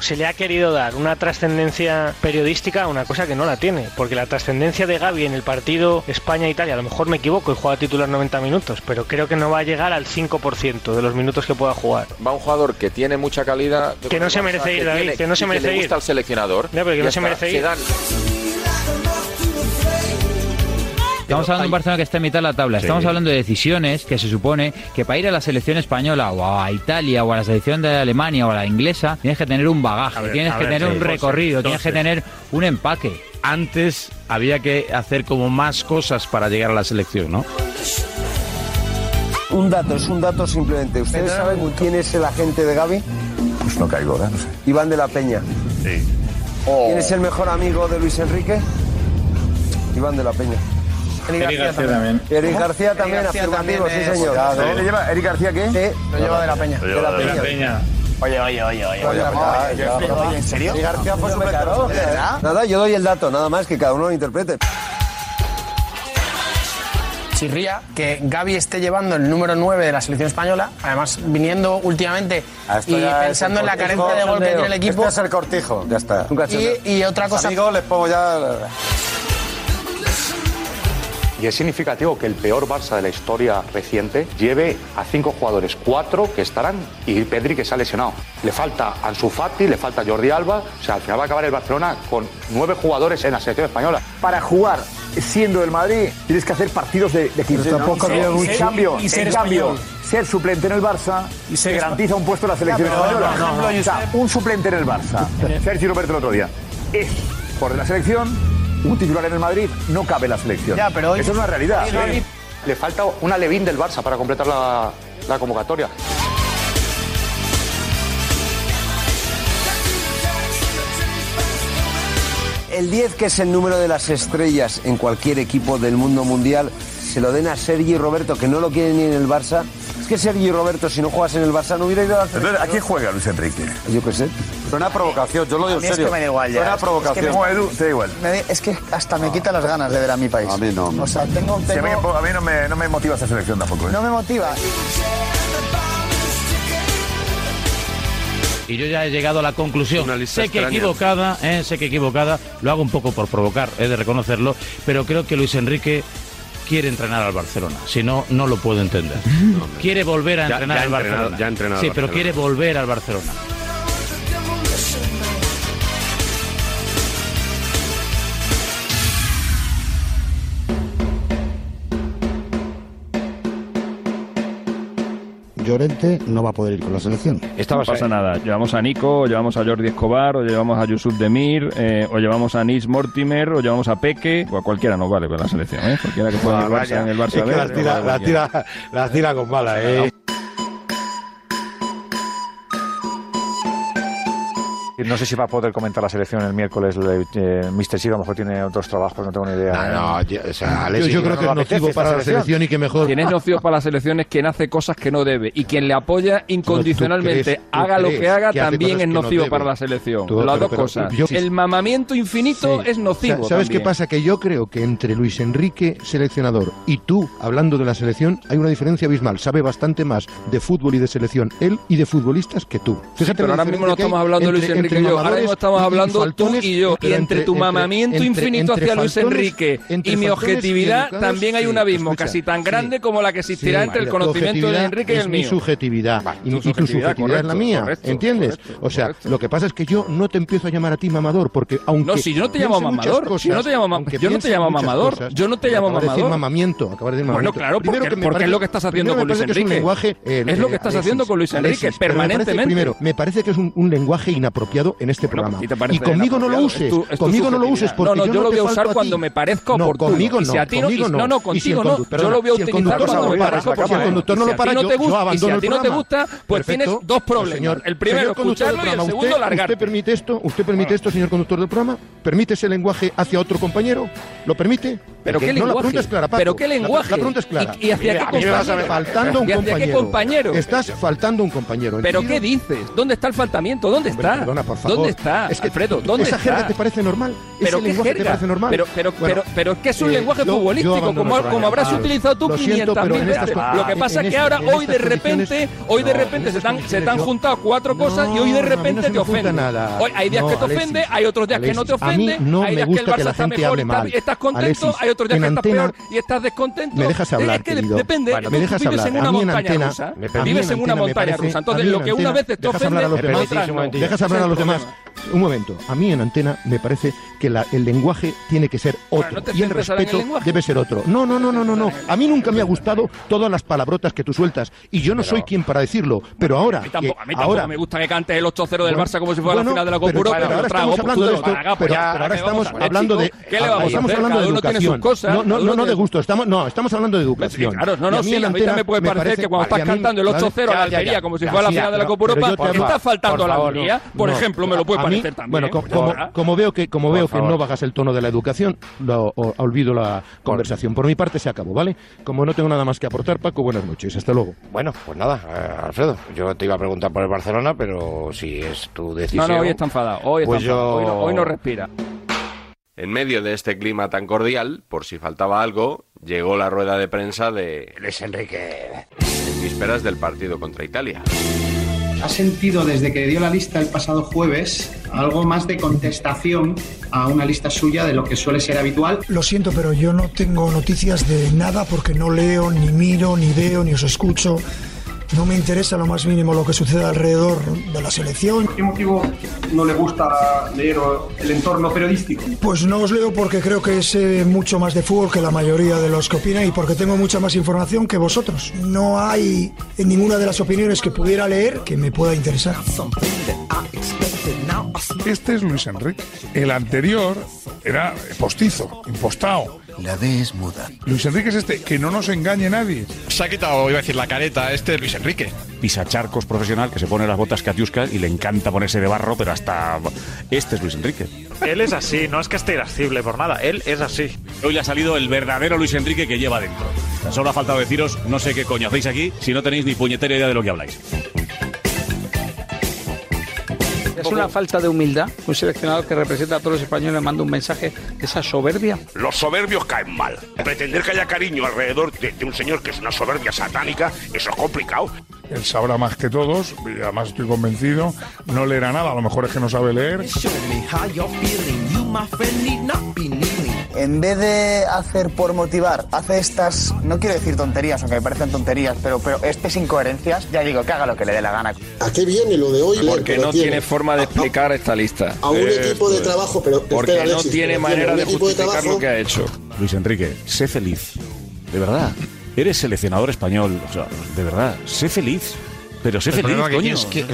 [SPEAKER 10] se le ha querido dar una trascendencia periodística a una cosa que no la tiene, porque la trascendencia de Gaby en el partido España-Italia, a lo mejor me equivoco y juega titular 90 minutos, pero creo que no va a llegar al 5% de los minutos que pueda jugar.
[SPEAKER 13] Va un jugador que tiene mucha calidad.
[SPEAKER 10] Que no se merece ir, David, que no se
[SPEAKER 13] y
[SPEAKER 10] merece
[SPEAKER 13] le
[SPEAKER 10] ir.
[SPEAKER 13] gusta al seleccionador.
[SPEAKER 10] Ya, pero que
[SPEAKER 13] Ya
[SPEAKER 10] no se
[SPEAKER 13] está,
[SPEAKER 10] merece ir.
[SPEAKER 13] Zidane.
[SPEAKER 23] Estamos hablando de un Barcelona que está en mitad de la tabla.
[SPEAKER 24] Sí.
[SPEAKER 23] Estamos hablando de decisiones que se supone que para ir a la selección española o a Italia o a la selección de Alemania o a la inglesa tienes que tener un bagaje, tienes
[SPEAKER 10] a
[SPEAKER 23] que
[SPEAKER 10] ver,
[SPEAKER 23] tener un
[SPEAKER 10] entonces,
[SPEAKER 23] recorrido, tienes que tener
[SPEAKER 10] entonces.
[SPEAKER 23] un empaque.
[SPEAKER 10] Antes había que hacer como más cosas para llegar a la selección, ¿no?
[SPEAKER 13] Un dato, es un dato simplemente. ¿Ustedes saben quién es el agente de Gaby?
[SPEAKER 9] Pues no caigo, ¿eh? No sé.
[SPEAKER 13] Iván de la Peña.
[SPEAKER 9] Sí.
[SPEAKER 13] ¿Quién es el mejor amigo de Luis Enrique? Iván de la Peña.
[SPEAKER 9] Eric García también.
[SPEAKER 13] Eric
[SPEAKER 9] ¿Cómo?
[SPEAKER 13] García también,
[SPEAKER 9] Eric García
[SPEAKER 13] afirmativo,
[SPEAKER 9] también es-
[SPEAKER 13] sí señor.
[SPEAKER 9] Claro. ¿Le lleva- Eric García qué?
[SPEAKER 13] Sí.
[SPEAKER 9] Lo lleva de la Peña. Lo lleva de la Peña.
[SPEAKER 13] Oye, oye, oye, oye.
[SPEAKER 9] Oye, oye, oye, oye, ¿en serio?
[SPEAKER 13] Eric García fue
[SPEAKER 9] No me cargo,
[SPEAKER 13] supercampeón,
[SPEAKER 9] ¿verdad?
[SPEAKER 13] Nada, yo doy el dato, nada más que cada uno lo interprete.
[SPEAKER 28] chirría que Gaby esté llevando el número 9 de la selección española, además viniendo últimamente
[SPEAKER 13] Ah,
[SPEAKER 29] Ah,
[SPEAKER 28] y pensando en la carencia de gol que tiene el equipo.
[SPEAKER 13] Este es el cortijo. Ya está.
[SPEAKER 28] Y- y otra cosa-
[SPEAKER 13] Amigos, les pongo ya.
[SPEAKER 9] Y es significativo que el peor Barça de la historia reciente lleve a cinco jugadores, cuatro que estarán y Pedri que se ha lesionado. Le falta Ansu Fati, le falta Jordi Alba, o sea, al final va a acabar el Barcelona con nueve jugadores en la selección española.
[SPEAKER 3] Para jugar siendo el Madrid, tienes que hacer partidos de, de 15.
[SPEAKER 9] Pero tampoco
[SPEAKER 3] ¿no?
[SPEAKER 9] había
[SPEAKER 3] En
[SPEAKER 9] mucho.
[SPEAKER 3] cambio,
[SPEAKER 9] Y ser
[SPEAKER 3] en cambio,
[SPEAKER 9] español.
[SPEAKER 3] ser suplente en el Barça y
[SPEAKER 9] ser
[SPEAKER 3] garantiza un puesto en la selección
[SPEAKER 9] Ya, pero
[SPEAKER 3] española.
[SPEAKER 9] no, no, no, Eh. no.
[SPEAKER 3] O sea, un suplente en el Barça, Sergio Roberto el otro día, es por la selección, un titular en el Madrid no cabe en la selección.
[SPEAKER 9] Ya, pero hoy-
[SPEAKER 3] Eso es una realidad.
[SPEAKER 9] Sí, hoy- Le falta una Levín del Barça para completar la, la convocatoria.
[SPEAKER 30] El 10, que es el número de las estrellas en cualquier equipo del mundo mundial, se lo den a Sergi y Roberto, que no lo quieren ni en el Barça. Es que Sergi y Roberto, si no juegas en el Barça, no hubiera ido a la
[SPEAKER 4] Entonces, ¿a quién juega Luis Enrique?
[SPEAKER 30] Yo qué sé.
[SPEAKER 4] Suena provocación, yo lo
[SPEAKER 30] digo A mí es serio. que me da igual ya. Suena Es que- provocación. es que me-
[SPEAKER 4] No, Edu, te da igual.
[SPEAKER 30] Me di-
[SPEAKER 5] Es que hasta me quita las ganas de ver a mi país.
[SPEAKER 4] A mí no.
[SPEAKER 5] O sea, tengo,
[SPEAKER 4] Si a mí,
[SPEAKER 5] tengo-
[SPEAKER 4] a mí no, me, no me motiva esa selección tampoco. ¿eh?
[SPEAKER 5] no me motiva.
[SPEAKER 7] Y yo ya he llegado a la conclusión. Sé
[SPEAKER 5] extraña.
[SPEAKER 7] que equivocada, eh, sé que equivocada, lo hago un poco por provocar, he de reconocerlo, pero creo que Luis Enrique quiere entrenar al Barcelona. Si no, no lo puedo
[SPEAKER 2] *laughs*
[SPEAKER 7] entender. Quiere volver a
[SPEAKER 2] Ya-
[SPEAKER 7] entrenar
[SPEAKER 2] ya ha
[SPEAKER 7] al
[SPEAKER 2] entrenado-
[SPEAKER 7] Barcelona.
[SPEAKER 2] ya ha entrenado
[SPEAKER 7] sí,
[SPEAKER 2] al
[SPEAKER 7] pero
[SPEAKER 2] Barcelona.
[SPEAKER 7] quiere volver al Barcelona.
[SPEAKER 5] Llorente no va a poder ir con la selección.
[SPEAKER 13] no pasa nada. Llevamos a Nico, o llevamos a Jordi Escobar, o llevamos a Yusuf Demir, eh, o llevamos a Nis Mortimer, o llevamos a Peque, o a cualquiera nos vale para la selección, ¿eh? Cualquiera que juegue en el
[SPEAKER 5] Ah,
[SPEAKER 13] Barça,
[SPEAKER 5] vaya.
[SPEAKER 13] en el Barça
[SPEAKER 5] Es que
[SPEAKER 13] B,
[SPEAKER 5] las
[SPEAKER 13] nos
[SPEAKER 5] tira,
[SPEAKER 13] vale
[SPEAKER 5] las
[SPEAKER 13] cualquiera.
[SPEAKER 5] tira, las tira con balas, eh.
[SPEAKER 9] Eh,
[SPEAKER 8] No sé si va a poder comentar la selección el miércoles. le- Eh, Mister Sida a lo mejor tiene otros trabajos, no tengo ni idea.
[SPEAKER 5] No, no, yo- o sea, Alex, Yo- yo creo que es
[SPEAKER 13] no apetece
[SPEAKER 5] nocivo
[SPEAKER 13] esta
[SPEAKER 5] para la selección y que mejor-
[SPEAKER 13] Quien es nocivo para la selección es quien hace cosas que no debe. Y quien le apoya incondicionalmente,
[SPEAKER 5] crees- tú
[SPEAKER 13] haga lo que
[SPEAKER 5] crees
[SPEAKER 13] haga,
[SPEAKER 5] que hace
[SPEAKER 13] también
[SPEAKER 5] cosas
[SPEAKER 13] es
[SPEAKER 5] que no
[SPEAKER 13] nocivo
[SPEAKER 5] debe.
[SPEAKER 13] para la selección.
[SPEAKER 5] Tú-
[SPEAKER 13] Las
[SPEAKER 5] pero-
[SPEAKER 13] dos
[SPEAKER 5] pero-
[SPEAKER 13] cosas.
[SPEAKER 5] yo-
[SPEAKER 13] El mamamiento infinito es nocivo.
[SPEAKER 5] Sa- ¿Sabes
[SPEAKER 13] también.
[SPEAKER 5] qué pasa? Que yo creo que entre Luis Enrique, seleccionador, y tú, hablando de la selección, hay una diferencia abismal. Sabe bastante más de fútbol y de selección él y de futbolistas que tú.
[SPEAKER 13] Sí, pero
[SPEAKER 5] la
[SPEAKER 13] ahora mismo no
[SPEAKER 5] diferencia que hay
[SPEAKER 13] estamos hablando de Luis
[SPEAKER 5] entre- entre
[SPEAKER 13] Enrique y yo. Ahora
[SPEAKER 5] mamadores
[SPEAKER 13] mismo estamos
[SPEAKER 5] y- y
[SPEAKER 13] hablando tú
[SPEAKER 5] faltones,
[SPEAKER 13] y yo.
[SPEAKER 5] pero
[SPEAKER 13] Y entre tu
[SPEAKER 5] entre-
[SPEAKER 13] mamamiento
[SPEAKER 5] entre-
[SPEAKER 13] infinito
[SPEAKER 5] entre
[SPEAKER 13] hacia Luis
[SPEAKER 5] faltones-
[SPEAKER 13] Enrique
[SPEAKER 5] entre
[SPEAKER 13] y mi
[SPEAKER 5] faltones
[SPEAKER 13] objetividad,
[SPEAKER 5] educados,
[SPEAKER 13] también hay
[SPEAKER 5] sí, pues
[SPEAKER 13] un abismo
[SPEAKER 5] escucha,
[SPEAKER 13] casi tan
[SPEAKER 5] sí.
[SPEAKER 13] grande como la que existirá
[SPEAKER 5] Sí,
[SPEAKER 13] entre el
[SPEAKER 5] tu
[SPEAKER 13] conocimiento de
[SPEAKER 5] objetividad
[SPEAKER 13] Enrique y
[SPEAKER 5] es
[SPEAKER 13] el
[SPEAKER 5] mi
[SPEAKER 13] mío.
[SPEAKER 5] subjetividad. y, y tu
[SPEAKER 13] subjetividad,
[SPEAKER 5] subjetividad es la
[SPEAKER 13] correcto,
[SPEAKER 5] mía.
[SPEAKER 13] correcto,
[SPEAKER 5] ¿Entiendes? o sea, lo que pasa es que yo no te empiezo a llamar a ti mamador, porque aunque.
[SPEAKER 13] No, si yo no te llamo
[SPEAKER 5] piense muchas
[SPEAKER 13] mamador,
[SPEAKER 5] cosas,
[SPEAKER 13] si yo no te llamo ma-
[SPEAKER 5] aunque
[SPEAKER 13] yo no te
[SPEAKER 5] piense
[SPEAKER 13] llamo
[SPEAKER 5] muchas
[SPEAKER 13] mamador, yo no te llamo
[SPEAKER 5] acabas de decir
[SPEAKER 13] mamador.
[SPEAKER 5] mamamiento, acabas de decir
[SPEAKER 13] Bueno,
[SPEAKER 5] mamamiento.
[SPEAKER 13] claro,
[SPEAKER 5] Primero
[SPEAKER 13] porque,
[SPEAKER 5] que me
[SPEAKER 13] porque es
[SPEAKER 5] parece-
[SPEAKER 13] lo que estás
[SPEAKER 5] primero
[SPEAKER 13] haciendo con
[SPEAKER 5] me
[SPEAKER 13] Luis
[SPEAKER 5] parece que
[SPEAKER 13] Enrique.
[SPEAKER 5] un lenguaje, eh,
[SPEAKER 13] es lo que
[SPEAKER 5] eh,
[SPEAKER 13] estás
[SPEAKER 5] Alexis,
[SPEAKER 13] haciendo con Luis
[SPEAKER 5] Alexis,
[SPEAKER 13] Enrique,
[SPEAKER 5] pero me parece,
[SPEAKER 13] permanentemente.
[SPEAKER 5] primero, me parece que es un, un lenguaje inapropiado en este programa.
[SPEAKER 13] ¿Y te parece
[SPEAKER 5] y conmigo no lo
[SPEAKER 13] inapropiado?
[SPEAKER 5] uses.
[SPEAKER 13] Es tu- es tu
[SPEAKER 5] conmigo no lo uses
[SPEAKER 13] subjetividad.
[SPEAKER 5] porque
[SPEAKER 13] no, no,
[SPEAKER 5] yo,
[SPEAKER 13] yo
[SPEAKER 5] no
[SPEAKER 13] lo
[SPEAKER 5] te
[SPEAKER 13] voy a
[SPEAKER 5] falto
[SPEAKER 13] usar
[SPEAKER 5] ti.
[SPEAKER 13] cuando me parezca
[SPEAKER 5] No,
[SPEAKER 13] oportuno.
[SPEAKER 5] conmigo
[SPEAKER 13] Y
[SPEAKER 5] no,
[SPEAKER 13] si a ti no, y-
[SPEAKER 5] conmigo
[SPEAKER 13] no, no,
[SPEAKER 5] Y si el
[SPEAKER 13] contigo no.
[SPEAKER 5] condu-
[SPEAKER 13] Yo
[SPEAKER 5] perdona,
[SPEAKER 13] lo voy a
[SPEAKER 5] si el
[SPEAKER 13] utilizar
[SPEAKER 5] conductor no
[SPEAKER 13] cuando
[SPEAKER 5] lo
[SPEAKER 13] me
[SPEAKER 5] para,
[SPEAKER 13] parezca
[SPEAKER 5] saca, Si el
[SPEAKER 13] oportuno.
[SPEAKER 5] conductor no
[SPEAKER 13] Si
[SPEAKER 5] lo
[SPEAKER 13] a
[SPEAKER 5] para,
[SPEAKER 13] ti no
[SPEAKER 5] yo-
[SPEAKER 13] te gusta-
[SPEAKER 5] yo abandono
[SPEAKER 13] si a
[SPEAKER 5] el
[SPEAKER 13] ti no te
[SPEAKER 5] programa.
[SPEAKER 13] gusta, pues tienes dos problemas. El primero,
[SPEAKER 5] Señor conductor del
[SPEAKER 13] escucharlo y el
[SPEAKER 5] programa,
[SPEAKER 13] segundo,
[SPEAKER 5] ¿usted-
[SPEAKER 13] largarte.
[SPEAKER 5] ¿Usted permite esto? ¿Usted permite esto, señor conductor del programa? ¿Permite ese lenguaje hacia otro compañero? ¿Lo permite?
[SPEAKER 13] ¿Pero
[SPEAKER 5] Porque-
[SPEAKER 13] qué
[SPEAKER 5] no,
[SPEAKER 13] lenguaje?
[SPEAKER 5] la pregunta es clara, Paco.
[SPEAKER 13] ¿Pero qué
[SPEAKER 5] La-
[SPEAKER 13] lenguaje?
[SPEAKER 5] La, pregunta es clara.
[SPEAKER 13] ¿Y- y hacia qué
[SPEAKER 5] A mí me vas a ver.
[SPEAKER 13] compañero?
[SPEAKER 5] faltando a un
[SPEAKER 13] ¿Y hacia qué
[SPEAKER 5] compañero.
[SPEAKER 13] compañero?
[SPEAKER 5] Estás faltando a un compañero.
[SPEAKER 13] ¿Pero
[SPEAKER 5] ¿entendido?
[SPEAKER 13] qué dices? ¿Dónde está el faltamiento? ¿Dónde está?
[SPEAKER 5] Perdona, por favor.
[SPEAKER 13] ¿Dónde está,
[SPEAKER 5] Es que
[SPEAKER 13] Alfredo?
[SPEAKER 5] tú-
[SPEAKER 13] ¿Dónde
[SPEAKER 5] ¿Esa
[SPEAKER 13] está?
[SPEAKER 5] jerga te parece normal? ¿Ese
[SPEAKER 13] ¿Pero qué
[SPEAKER 5] lenguaje te
[SPEAKER 13] jerga?
[SPEAKER 5] parece normal? eh,
[SPEAKER 13] Pero- pero- pero- pero es que es un lenguaje
[SPEAKER 5] yo- yo
[SPEAKER 13] futbolístico,
[SPEAKER 5] abandono
[SPEAKER 13] como-
[SPEAKER 5] el programa.
[SPEAKER 13] como habrás utilizado tú
[SPEAKER 5] Lo siento,
[SPEAKER 13] 500.000
[SPEAKER 5] pero en
[SPEAKER 13] veces.
[SPEAKER 5] estas-
[SPEAKER 13] Lo que
[SPEAKER 5] en-
[SPEAKER 13] pasa
[SPEAKER 5] en
[SPEAKER 13] es que ahora,
[SPEAKER 5] estas
[SPEAKER 13] hoy de
[SPEAKER 5] condiciones-
[SPEAKER 13] repente, hoy de
[SPEAKER 5] No, en
[SPEAKER 13] repente se
[SPEAKER 5] estas
[SPEAKER 13] te han, se te han
[SPEAKER 5] condiciones yo-
[SPEAKER 13] juntado cuatro cosas y hoy
[SPEAKER 5] No,
[SPEAKER 13] de
[SPEAKER 5] a mí no se
[SPEAKER 13] repente
[SPEAKER 5] me
[SPEAKER 13] te
[SPEAKER 5] junta
[SPEAKER 13] ofende.
[SPEAKER 5] nada.
[SPEAKER 13] Hoy hay días
[SPEAKER 5] No,
[SPEAKER 13] que te
[SPEAKER 5] Alexis.
[SPEAKER 13] ofende, hay otros días que no te
[SPEAKER 5] Alexis, a mí
[SPEAKER 13] ofende,
[SPEAKER 5] no
[SPEAKER 13] hay
[SPEAKER 5] me
[SPEAKER 13] días que el
[SPEAKER 5] gusta que
[SPEAKER 13] Barça
[SPEAKER 5] la
[SPEAKER 13] está
[SPEAKER 5] gente
[SPEAKER 13] mejor
[SPEAKER 5] hable
[SPEAKER 13] y tal,
[SPEAKER 5] mal.
[SPEAKER 13] y estás contento,
[SPEAKER 5] Alexis,
[SPEAKER 13] hay otros días
[SPEAKER 5] en
[SPEAKER 13] que estás
[SPEAKER 5] antena-
[SPEAKER 13] peor y estás descontento.
[SPEAKER 5] Me dejas
[SPEAKER 13] es
[SPEAKER 5] hablar,
[SPEAKER 13] que de-
[SPEAKER 5] querido.
[SPEAKER 13] depende,
[SPEAKER 5] Bueno,
[SPEAKER 13] tú
[SPEAKER 5] me dejas
[SPEAKER 13] vives
[SPEAKER 5] hablar.
[SPEAKER 13] en
[SPEAKER 5] A
[SPEAKER 13] una
[SPEAKER 5] mí en
[SPEAKER 13] montaña
[SPEAKER 5] antena-
[SPEAKER 13] rusa,
[SPEAKER 5] me permitís,
[SPEAKER 13] vives en una
[SPEAKER 5] antena, me
[SPEAKER 13] montaña
[SPEAKER 5] parece- a
[SPEAKER 13] rusa, entonces
[SPEAKER 5] mí en
[SPEAKER 13] lo que una
[SPEAKER 5] antena-
[SPEAKER 13] vez te
[SPEAKER 5] dejas hablar
[SPEAKER 13] ofende,
[SPEAKER 5] a los demás.
[SPEAKER 13] otras
[SPEAKER 5] Un
[SPEAKER 13] no.
[SPEAKER 5] momentillo.
[SPEAKER 13] Ese
[SPEAKER 5] Dejas
[SPEAKER 13] es
[SPEAKER 5] hablar a
[SPEAKER 13] el
[SPEAKER 5] los demás.
[SPEAKER 13] problema.
[SPEAKER 5] Un momento, a mí en antena me parece que la- el lenguaje tiene que ser otro
[SPEAKER 13] no te
[SPEAKER 5] y el
[SPEAKER 13] centres ahora en el
[SPEAKER 5] respeto
[SPEAKER 13] lenguaje.
[SPEAKER 5] debe ser otro. No, no, no, no, no, no. A mí nunca me ha gustado todas las palabrotas que tú sueltas y yo no soy quien para decirlo, pero ahora,
[SPEAKER 13] A mí tampoco,
[SPEAKER 5] que
[SPEAKER 13] Pues a mí tampoco
[SPEAKER 5] ahora
[SPEAKER 13] me gusta que cante el 8-0 del
[SPEAKER 5] Bueno,
[SPEAKER 13] Barça como si fuera la
[SPEAKER 5] bueno,
[SPEAKER 13] final de la
[SPEAKER 5] pero-
[SPEAKER 13] Copa Europa.
[SPEAKER 5] pero
[SPEAKER 13] yo
[SPEAKER 5] ahora
[SPEAKER 13] trago,
[SPEAKER 5] estamos
[SPEAKER 13] pues tú
[SPEAKER 5] hablando de
[SPEAKER 13] te lo
[SPEAKER 5] esto,
[SPEAKER 13] tragas, pues
[SPEAKER 5] pero
[SPEAKER 13] ya,
[SPEAKER 5] ahora
[SPEAKER 13] ¿qué le vamos
[SPEAKER 5] estamos
[SPEAKER 13] a hacer,
[SPEAKER 5] hablando de-
[SPEAKER 13] chico? ¿Qué le vamos a
[SPEAKER 5] estamos
[SPEAKER 13] hacer?
[SPEAKER 5] hablando de
[SPEAKER 13] Cada uno tiene sus
[SPEAKER 5] educación.
[SPEAKER 13] cosas.
[SPEAKER 5] No, no,
[SPEAKER 13] cada
[SPEAKER 5] no,
[SPEAKER 13] uno
[SPEAKER 5] no de
[SPEAKER 13] tiene-
[SPEAKER 5] gusto, estamos, no, estamos hablando de educación.
[SPEAKER 13] Claro, no,
[SPEAKER 5] Y
[SPEAKER 13] no,
[SPEAKER 5] a mí en
[SPEAKER 13] sí, a mí
[SPEAKER 5] antena
[SPEAKER 13] también me puede
[SPEAKER 5] me
[SPEAKER 13] parecer
[SPEAKER 5] parece-
[SPEAKER 13] que cuando
[SPEAKER 5] vale,
[SPEAKER 13] estás
[SPEAKER 5] a mí-
[SPEAKER 13] cantando el
[SPEAKER 5] vale,
[SPEAKER 13] 8-0 a
[SPEAKER 5] ya,
[SPEAKER 13] la
[SPEAKER 5] ya,
[SPEAKER 13] Almería
[SPEAKER 5] ya,
[SPEAKER 13] como si
[SPEAKER 5] ya,
[SPEAKER 13] fuera la
[SPEAKER 5] sí,
[SPEAKER 13] final de la
[SPEAKER 5] no,
[SPEAKER 13] Copa
[SPEAKER 5] pero yo
[SPEAKER 13] Europa,
[SPEAKER 5] te hablo-
[SPEAKER 13] estás faltando
[SPEAKER 5] por
[SPEAKER 13] a la
[SPEAKER 5] favor,
[SPEAKER 13] Almería,
[SPEAKER 5] no,
[SPEAKER 13] por
[SPEAKER 5] no.
[SPEAKER 13] ejemplo, me lo puede
[SPEAKER 5] A mí,
[SPEAKER 13] parecer también.
[SPEAKER 5] Bueno,
[SPEAKER 13] ¿eh?
[SPEAKER 5] co- como,
[SPEAKER 13] Ahora.
[SPEAKER 5] como veo que como veo que
[SPEAKER 13] favor.
[SPEAKER 5] no bajas el tono de la educación, lo, o- olvido la conversación. Por mi parte se acabó, ¿vale? Como no tengo nada más que aportar, Paco, buenas noches, hasta luego.
[SPEAKER 31] Bueno, pues nada, eh, Alfredo, yo te iba a preguntar por el Barcelona, pero si es tu decisión.
[SPEAKER 13] No, no, hoy está enfadado. Hoy está
[SPEAKER 31] Pues
[SPEAKER 13] enfadado. Hoy, no,
[SPEAKER 31] yo-
[SPEAKER 13] hoy no respira.
[SPEAKER 17] En medio de este clima tan cordial, por si faltaba algo, llegó la rueda de prensa de Luis Enrique. En vísperas del partido contra Italia.
[SPEAKER 8] ¿Has sentido desde que dio la lista el pasado jueves algo más de contestación a una lista suya de lo que suele ser habitual?
[SPEAKER 25] Lo siento, pero yo no tengo noticias de nada porque no leo, ni miro, ni veo, ni os escucho. No me interesa lo más mínimo lo que sucede alrededor de la selección.
[SPEAKER 8] ¿Por qué motivo no le gusta leer el entorno periodístico?
[SPEAKER 25] Pues no os leo porque creo que sé mucho más de fútbol que la mayoría de los que opinan y porque tengo mucha más información que vosotros. No hay en ninguna de las opiniones que pudiera leer que me pueda interesar.
[SPEAKER 3] Este es Luis Enrique. El anterior era postizo, impostado.
[SPEAKER 32] La D es muda.
[SPEAKER 3] Luis Enrique es este, que no nos engañe nadie.
[SPEAKER 1] Se ha quitado, iba a decir, la careta este Luis Enrique.
[SPEAKER 9] Pisacharcos profesional que se pone las botas Katiuska y le encanta ponerse de barro, pero hasta. Este es Luis Enrique.
[SPEAKER 33] Él es así, no es que esté irascible por nada, él es así.
[SPEAKER 9] Hoy le ha salido el verdadero Luis Enrique que lleva dentro. Solo ha faltado deciros, no sé qué coño hacéis aquí si no tenéis ni puñetera idea de lo que habláis.
[SPEAKER 34] Es una falta de humildad. Un seleccionador que representa a todos los españoles manda un mensaje de esa soberbia.
[SPEAKER 35] Los soberbios caen mal. Pretender que haya cariño alrededor de, de un señor que es una soberbia satánica, eso es complicado.
[SPEAKER 3] Él sabrá más que todos, y además estoy convencido. No leerá nada, a lo mejor es que no sabe leer.
[SPEAKER 27] En vez de hacer por motivar, hace estas, no quiero decir tonterías, aunque me parecen tonterías, pero, pero este estas incoherencias, ya digo, que haga lo que le dé la gana.
[SPEAKER 28] ¿A qué viene lo de hoy?
[SPEAKER 29] Porque no tiene forma de explicar esta lista. Eh,
[SPEAKER 28] A un equipo de trabajo, pero...
[SPEAKER 29] Porque
[SPEAKER 28] espera,
[SPEAKER 29] no
[SPEAKER 28] Alexis,
[SPEAKER 29] tiene
[SPEAKER 28] pero
[SPEAKER 29] manera
[SPEAKER 28] un
[SPEAKER 29] de
[SPEAKER 28] equipo
[SPEAKER 29] justificar
[SPEAKER 28] trabajo-
[SPEAKER 29] lo que ha hecho.
[SPEAKER 9] Luis Enrique, sé feliz. De verdad. Eres seleccionador español. O sea, de verdad, sé feliz. Pero sé
[SPEAKER 1] El
[SPEAKER 9] feliz,
[SPEAKER 1] problema que
[SPEAKER 9] coño.
[SPEAKER 1] tienes que-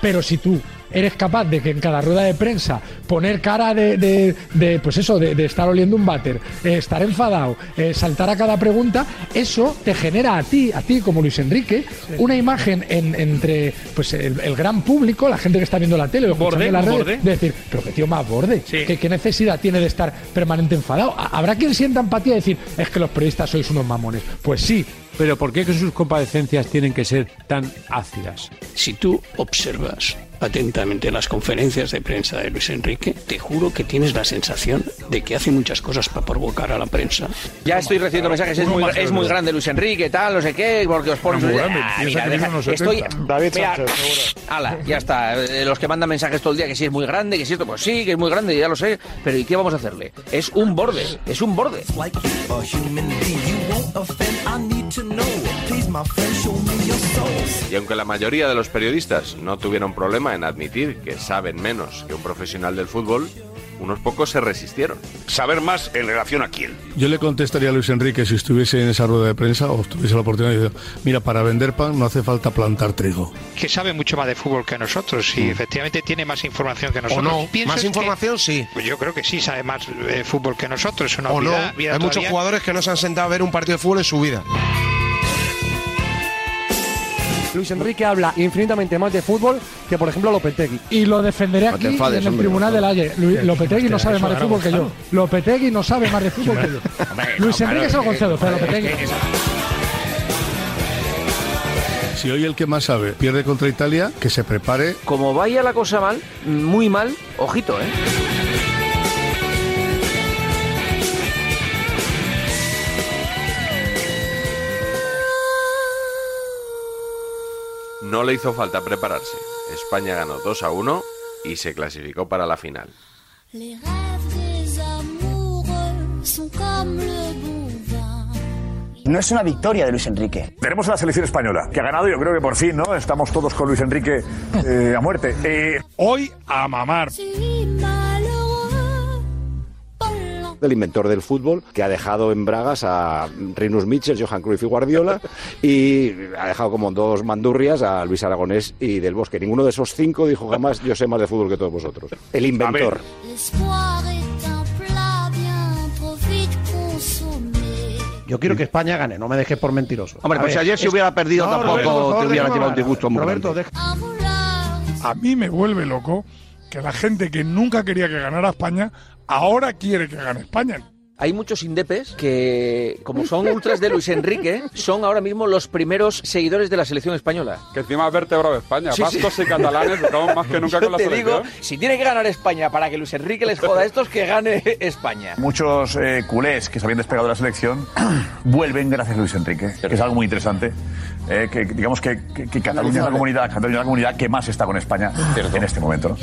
[SPEAKER 24] Pero si tú eres capaz de que en cada rueda de prensa poner cara de, de- de, pues eso, de, de estar oliendo un váter, eh, estar enfadado, eh, saltar a cada pregunta, eso te genera a ti, a ti como Luis Enrique, una imagen en- entre pues el, el gran público, la gente que está viendo la tele, o escuchando
[SPEAKER 33] Borde,
[SPEAKER 24] en las
[SPEAKER 33] un
[SPEAKER 24] redes,
[SPEAKER 33] borde.
[SPEAKER 24] de decir, pero qué tío más borde, ¿Qué, qué necesidad tiene de estar permanente enfadado. Ha- Habrá quien sienta empatía y decir, es que los periodistas sois unos mamones. Pues sí,
[SPEAKER 36] Pero ¿por qué que sus comparecencias tienen que ser tan ácidas?
[SPEAKER 15] Si tú observas atentamente las conferencias de prensa de Luis Enrique, te juro que tienes la sensación de que hace muchas cosas para provocar a la prensa.
[SPEAKER 13] Ya estoy recibiendo mensajes, es
[SPEAKER 15] Uno
[SPEAKER 13] muy,
[SPEAKER 15] más
[SPEAKER 13] es
[SPEAKER 15] grande.
[SPEAKER 13] muy grande Luis Enrique, tal, no sé qué, porque os ponen...
[SPEAKER 15] Era muy grande,
[SPEAKER 13] Ah,
[SPEAKER 15] piensa
[SPEAKER 13] mira,
[SPEAKER 15] que
[SPEAKER 13] deja-
[SPEAKER 15] viene unos
[SPEAKER 13] estoy...
[SPEAKER 15] 70. David
[SPEAKER 13] mira,
[SPEAKER 15] Sánchez,
[SPEAKER 13] ala, ya está, eh, los que mandan mensajes todo el día que si es muy grande, que si esto, pues sí, que es muy grande, ya lo sé, pero ¿y qué vamos a hacerle? Es un borde, es un borde.
[SPEAKER 2] Y aunque la mayoría de los periodistas no tuvieron problema en admitir que saben menos que un profesional del fútbol, unos pocos se resistieron.
[SPEAKER 35] Saber más en relación a quién.
[SPEAKER 36] Yo le contestaría a Luis Enrique si estuviese en esa rueda de prensa o tuviese la oportunidad de decir, mira, para vender pan no hace falta plantar trigo.
[SPEAKER 13] que sabe mucho más de fútbol que nosotros
[SPEAKER 37] Mm.
[SPEAKER 13] y efectivamente tiene más información que nosotros.
[SPEAKER 1] no,
[SPEAKER 13] ¿Piensas
[SPEAKER 1] más
[SPEAKER 13] que-
[SPEAKER 1] información sí.
[SPEAKER 13] Pues yo creo que sí sabe más eh, fútbol que nosotros. es Una
[SPEAKER 1] O no,
[SPEAKER 13] obviedad,
[SPEAKER 1] hay
[SPEAKER 13] vida
[SPEAKER 1] muchos
[SPEAKER 13] todavía.
[SPEAKER 1] jugadores que no se han sentado a ver un partido de fútbol en su vida.
[SPEAKER 37] Luis Enrique habla infinitamente más de fútbol que, por ejemplo, Lopetegui.
[SPEAKER 24] Y lo defenderé
[SPEAKER 37] No te
[SPEAKER 24] aquí
[SPEAKER 37] enfades,
[SPEAKER 24] en el
[SPEAKER 37] hombre,
[SPEAKER 24] tribunal
[SPEAKER 37] por
[SPEAKER 24] del
[SPEAKER 37] favor.
[SPEAKER 24] Ayer. Lu-
[SPEAKER 37] Sí,
[SPEAKER 24] Lopetegui no
[SPEAKER 37] hostia,
[SPEAKER 24] sabe
[SPEAKER 37] eso
[SPEAKER 24] más de
[SPEAKER 37] ahora
[SPEAKER 24] fútbol que yo.
[SPEAKER 37] Gonzalo.
[SPEAKER 24] Lopetegui no sabe más de fútbol que yo. Luis
[SPEAKER 37] no,
[SPEAKER 24] Enrique
[SPEAKER 37] claro,
[SPEAKER 24] es el
[SPEAKER 37] es que-
[SPEAKER 24] Gonzalo, pero
[SPEAKER 37] es que-
[SPEAKER 24] Lopetegui.
[SPEAKER 37] Si hoy el que más sabe pierde contra Italia, que se prepare.
[SPEAKER 13] Como vaya la cosa mal, muy mal, ojito, ¿eh?
[SPEAKER 2] No le hizo falta prepararse. España ganó 2 a 1 y se clasificó para la final.
[SPEAKER 37] Les rêves des amoureux sont comme le bon vin.
[SPEAKER 38] No es una victoria de Luis Enrique. Tenemos a la selección española, que ha ganado yo creo que por fin, ¿no? Estamos todos con Luis Enrique eh, a muerte. Eh, hoy a mamar.
[SPEAKER 37] Si malheureux,
[SPEAKER 39] del inventor del fútbol, que ha dejado en bragas a Rinus Mitchell, Johan Cruyff y Guardiola, y ha dejado como dos mandurrias a Luis Aragonés y Del Bosque. Ninguno de esos cinco dijo jamás, yo sé más de fútbol que todos vosotros. El inventor.
[SPEAKER 37] l'espoir est un plat bien trop vite consommé. Yo quiero que España gane, no me dejes por mentiroso.
[SPEAKER 13] Hombre,
[SPEAKER 37] A
[SPEAKER 13] pues
[SPEAKER 37] ver,
[SPEAKER 13] si ayer si
[SPEAKER 37] es-
[SPEAKER 13] hubiera perdido
[SPEAKER 37] No,
[SPEAKER 13] tampoco
[SPEAKER 37] Roberto, por favor,
[SPEAKER 13] te hubiera
[SPEAKER 37] déjame
[SPEAKER 13] llevado un
[SPEAKER 37] hablar.
[SPEAKER 13] disgusto muy
[SPEAKER 37] Roberto,
[SPEAKER 13] grande.
[SPEAKER 3] A mí me vuelve loco que la gente que nunca quería que ganara España, ahora quiere que gane España.
[SPEAKER 23] Hay muchos indepes que, como son ultras de Luis Enrique, son ahora mismo los primeros seguidores de la selección española.
[SPEAKER 1] Que encima es vértebra de España.
[SPEAKER 23] Sí, sí.
[SPEAKER 1] Vascos y catalanes estamos
[SPEAKER 23] *laughs*
[SPEAKER 1] más que nunca
[SPEAKER 23] Yo
[SPEAKER 1] con la
[SPEAKER 23] te
[SPEAKER 1] selección.
[SPEAKER 23] digo, si tiene que ganar España para que Luis Enrique les joda a estos, que gane España.
[SPEAKER 9] Muchos eh, culés que se habían despegado de la selección *clears throat* vuelven gracias a Luis Enrique, que es algo muy interesante. Eh, que, digamos que, que- que Cataluña es la comunidad, Cataluña es la comunidad que más está con España en este momento. ¿no?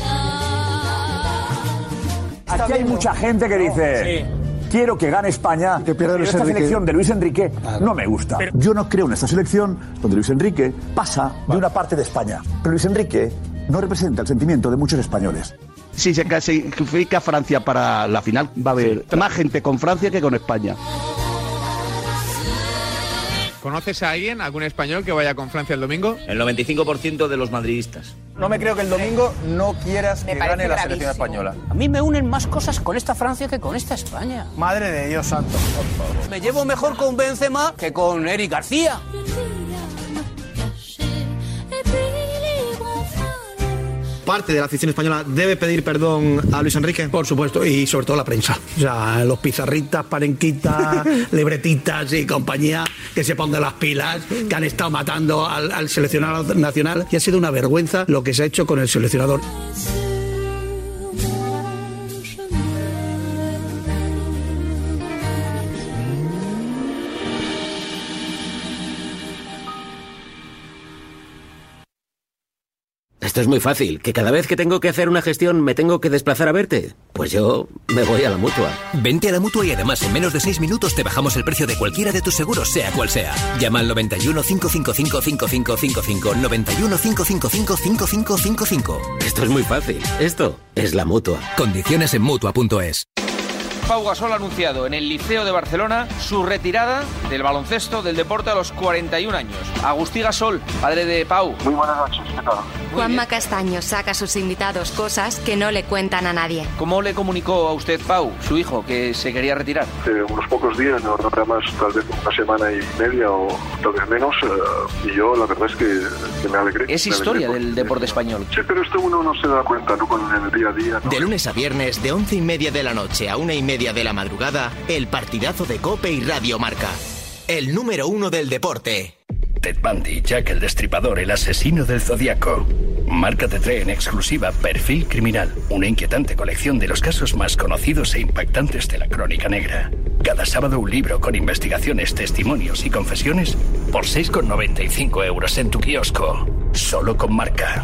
[SPEAKER 9] Aquí hay mucha gente que dice. Quiero que gane España. Te pierde
[SPEAKER 40] Luis
[SPEAKER 9] esta
[SPEAKER 40] Enrique.
[SPEAKER 9] selección de Luis Enrique
[SPEAKER 41] Ah.
[SPEAKER 9] no me gusta. Yo no creo en esta selección donde Luis Enrique pasa de una parte de España. Pero Luis Enrique no representa el sentimiento de muchos españoles.
[SPEAKER 41] Si se clasifica Francia para la final, va a haber más gente con Francia que con España.
[SPEAKER 42] ¿Conoces a alguien, algún español que vaya con Francia el domingo? El 95% de los madridistas.
[SPEAKER 43] No me creo que el domingo no quieras
[SPEAKER 44] Me parece gravísimo. A mí me unen más cosas con esta Francia que con esta España.
[SPEAKER 45] Madre de Dios santo.
[SPEAKER 44] Me llevo mejor con Benzema que con Eric García.
[SPEAKER 37] Parte de la afición española debe pedir perdón a Luis Enrique. Por supuesto, y sobre todo la prensa. O sea, los pizarritas, parenquitas, libretitas y compañía que se pongan las pilas, que han estado matando al, al seleccionador nacional. Y ha sido una vergüenza lo que se ha hecho con el seleccionador.
[SPEAKER 46] Esto es muy fácil, que cada vez que tengo que hacer una gestión me tengo que desplazar a verte. Pues yo me voy a la mutua.
[SPEAKER 47] Vente a la mutua y además en menos de 6 minutos te bajamos el precio de cualquiera de tus seguros, sea cual sea. Llama al 91 555 5555 91 555 5555.
[SPEAKER 46] Esto es muy fácil. Esto es la mutua.
[SPEAKER 47] Condiciones en mutua.es.
[SPEAKER 23] Pau Gasol ha anunciado en el Liceo de Barcelona su retirada del baloncesto, del deporte a los 41 años. Agustí Gasol, padre de Pau. Muy buenas noches, ¿qué tal?
[SPEAKER 17] Juanma Castaño saca a sus invitados cosas que no le cuentan a nadie.
[SPEAKER 23] ¿Cómo le comunicó a usted, Pau, su hijo, que se quería retirar?
[SPEAKER 4] hace Eh, unos pocos días, no nada más, tal vez una semana y media o tal vez menos, eh, y yo la verdad es que, que me alegré.
[SPEAKER 17] Es
[SPEAKER 4] me alegré
[SPEAKER 17] historia
[SPEAKER 4] por-
[SPEAKER 17] del deporte español.
[SPEAKER 4] Sí, pero esto uno no se da cuenta, ¿no? Con el día a día, ¿no?
[SPEAKER 28] De lunes a viernes, de once y media de la noche a una y media de la madrugada, el partidazo de Cope y Radio Marca. El número uno del deporte.
[SPEAKER 48] Ted Bundy, Jack el Destripador, el asesino del Zodíaco. Marca de en exclusiva Perfil Criminal, una inquietante colección de los casos más conocidos e impactantes de la crónica negra. Cada sábado un libro con investigaciones, testimonios y confesiones por 6,95 euros en tu kiosco, solo con marca.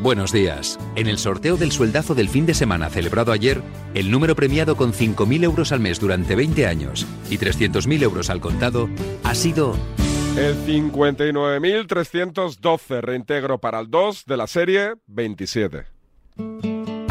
[SPEAKER 13] Buenos días. En el sorteo del sueldazo del fin de semana celebrado ayer, el número premiado con 5.000 euros al mes durante 20 años y 300.000 euros al contado ha sido
[SPEAKER 1] El 59.312, reintegro para el 2 de la serie 27.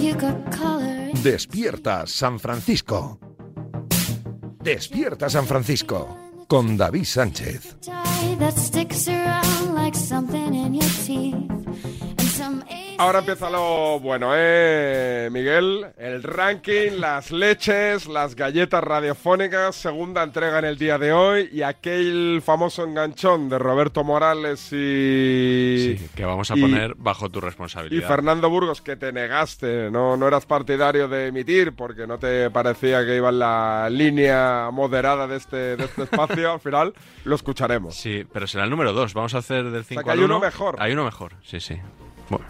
[SPEAKER 17] You got color.
[SPEAKER 49] Despierta San Francisco. Despierta San Francisco con David Sánchez.
[SPEAKER 17] tie that sticks around like something in your teeth. And some
[SPEAKER 1] Ahora empieza lo bueno, ¿eh, Miguel? El ranking, las leches, las galletas radiofónicas, segunda entrega en el día de hoy y aquel famoso enganchón de Roberto Morales y...
[SPEAKER 2] Sí, que vamos a
[SPEAKER 1] y-
[SPEAKER 2] poner bajo tu
[SPEAKER 1] Y
[SPEAKER 2] responsabilidad.
[SPEAKER 1] Fernando Burgos, que te negaste, no, no eras partidario de emitir porque no te parecía que iba en la línea moderada de este, de este espacio, al final lo escucharemos.
[SPEAKER 2] Sí, pero será el número 2. Vamos a hacer del 5
[SPEAKER 1] que
[SPEAKER 2] al
[SPEAKER 1] hay uno
[SPEAKER 2] uno.
[SPEAKER 1] mejor.
[SPEAKER 2] Hay uno mejor, sí, sí. Bueno,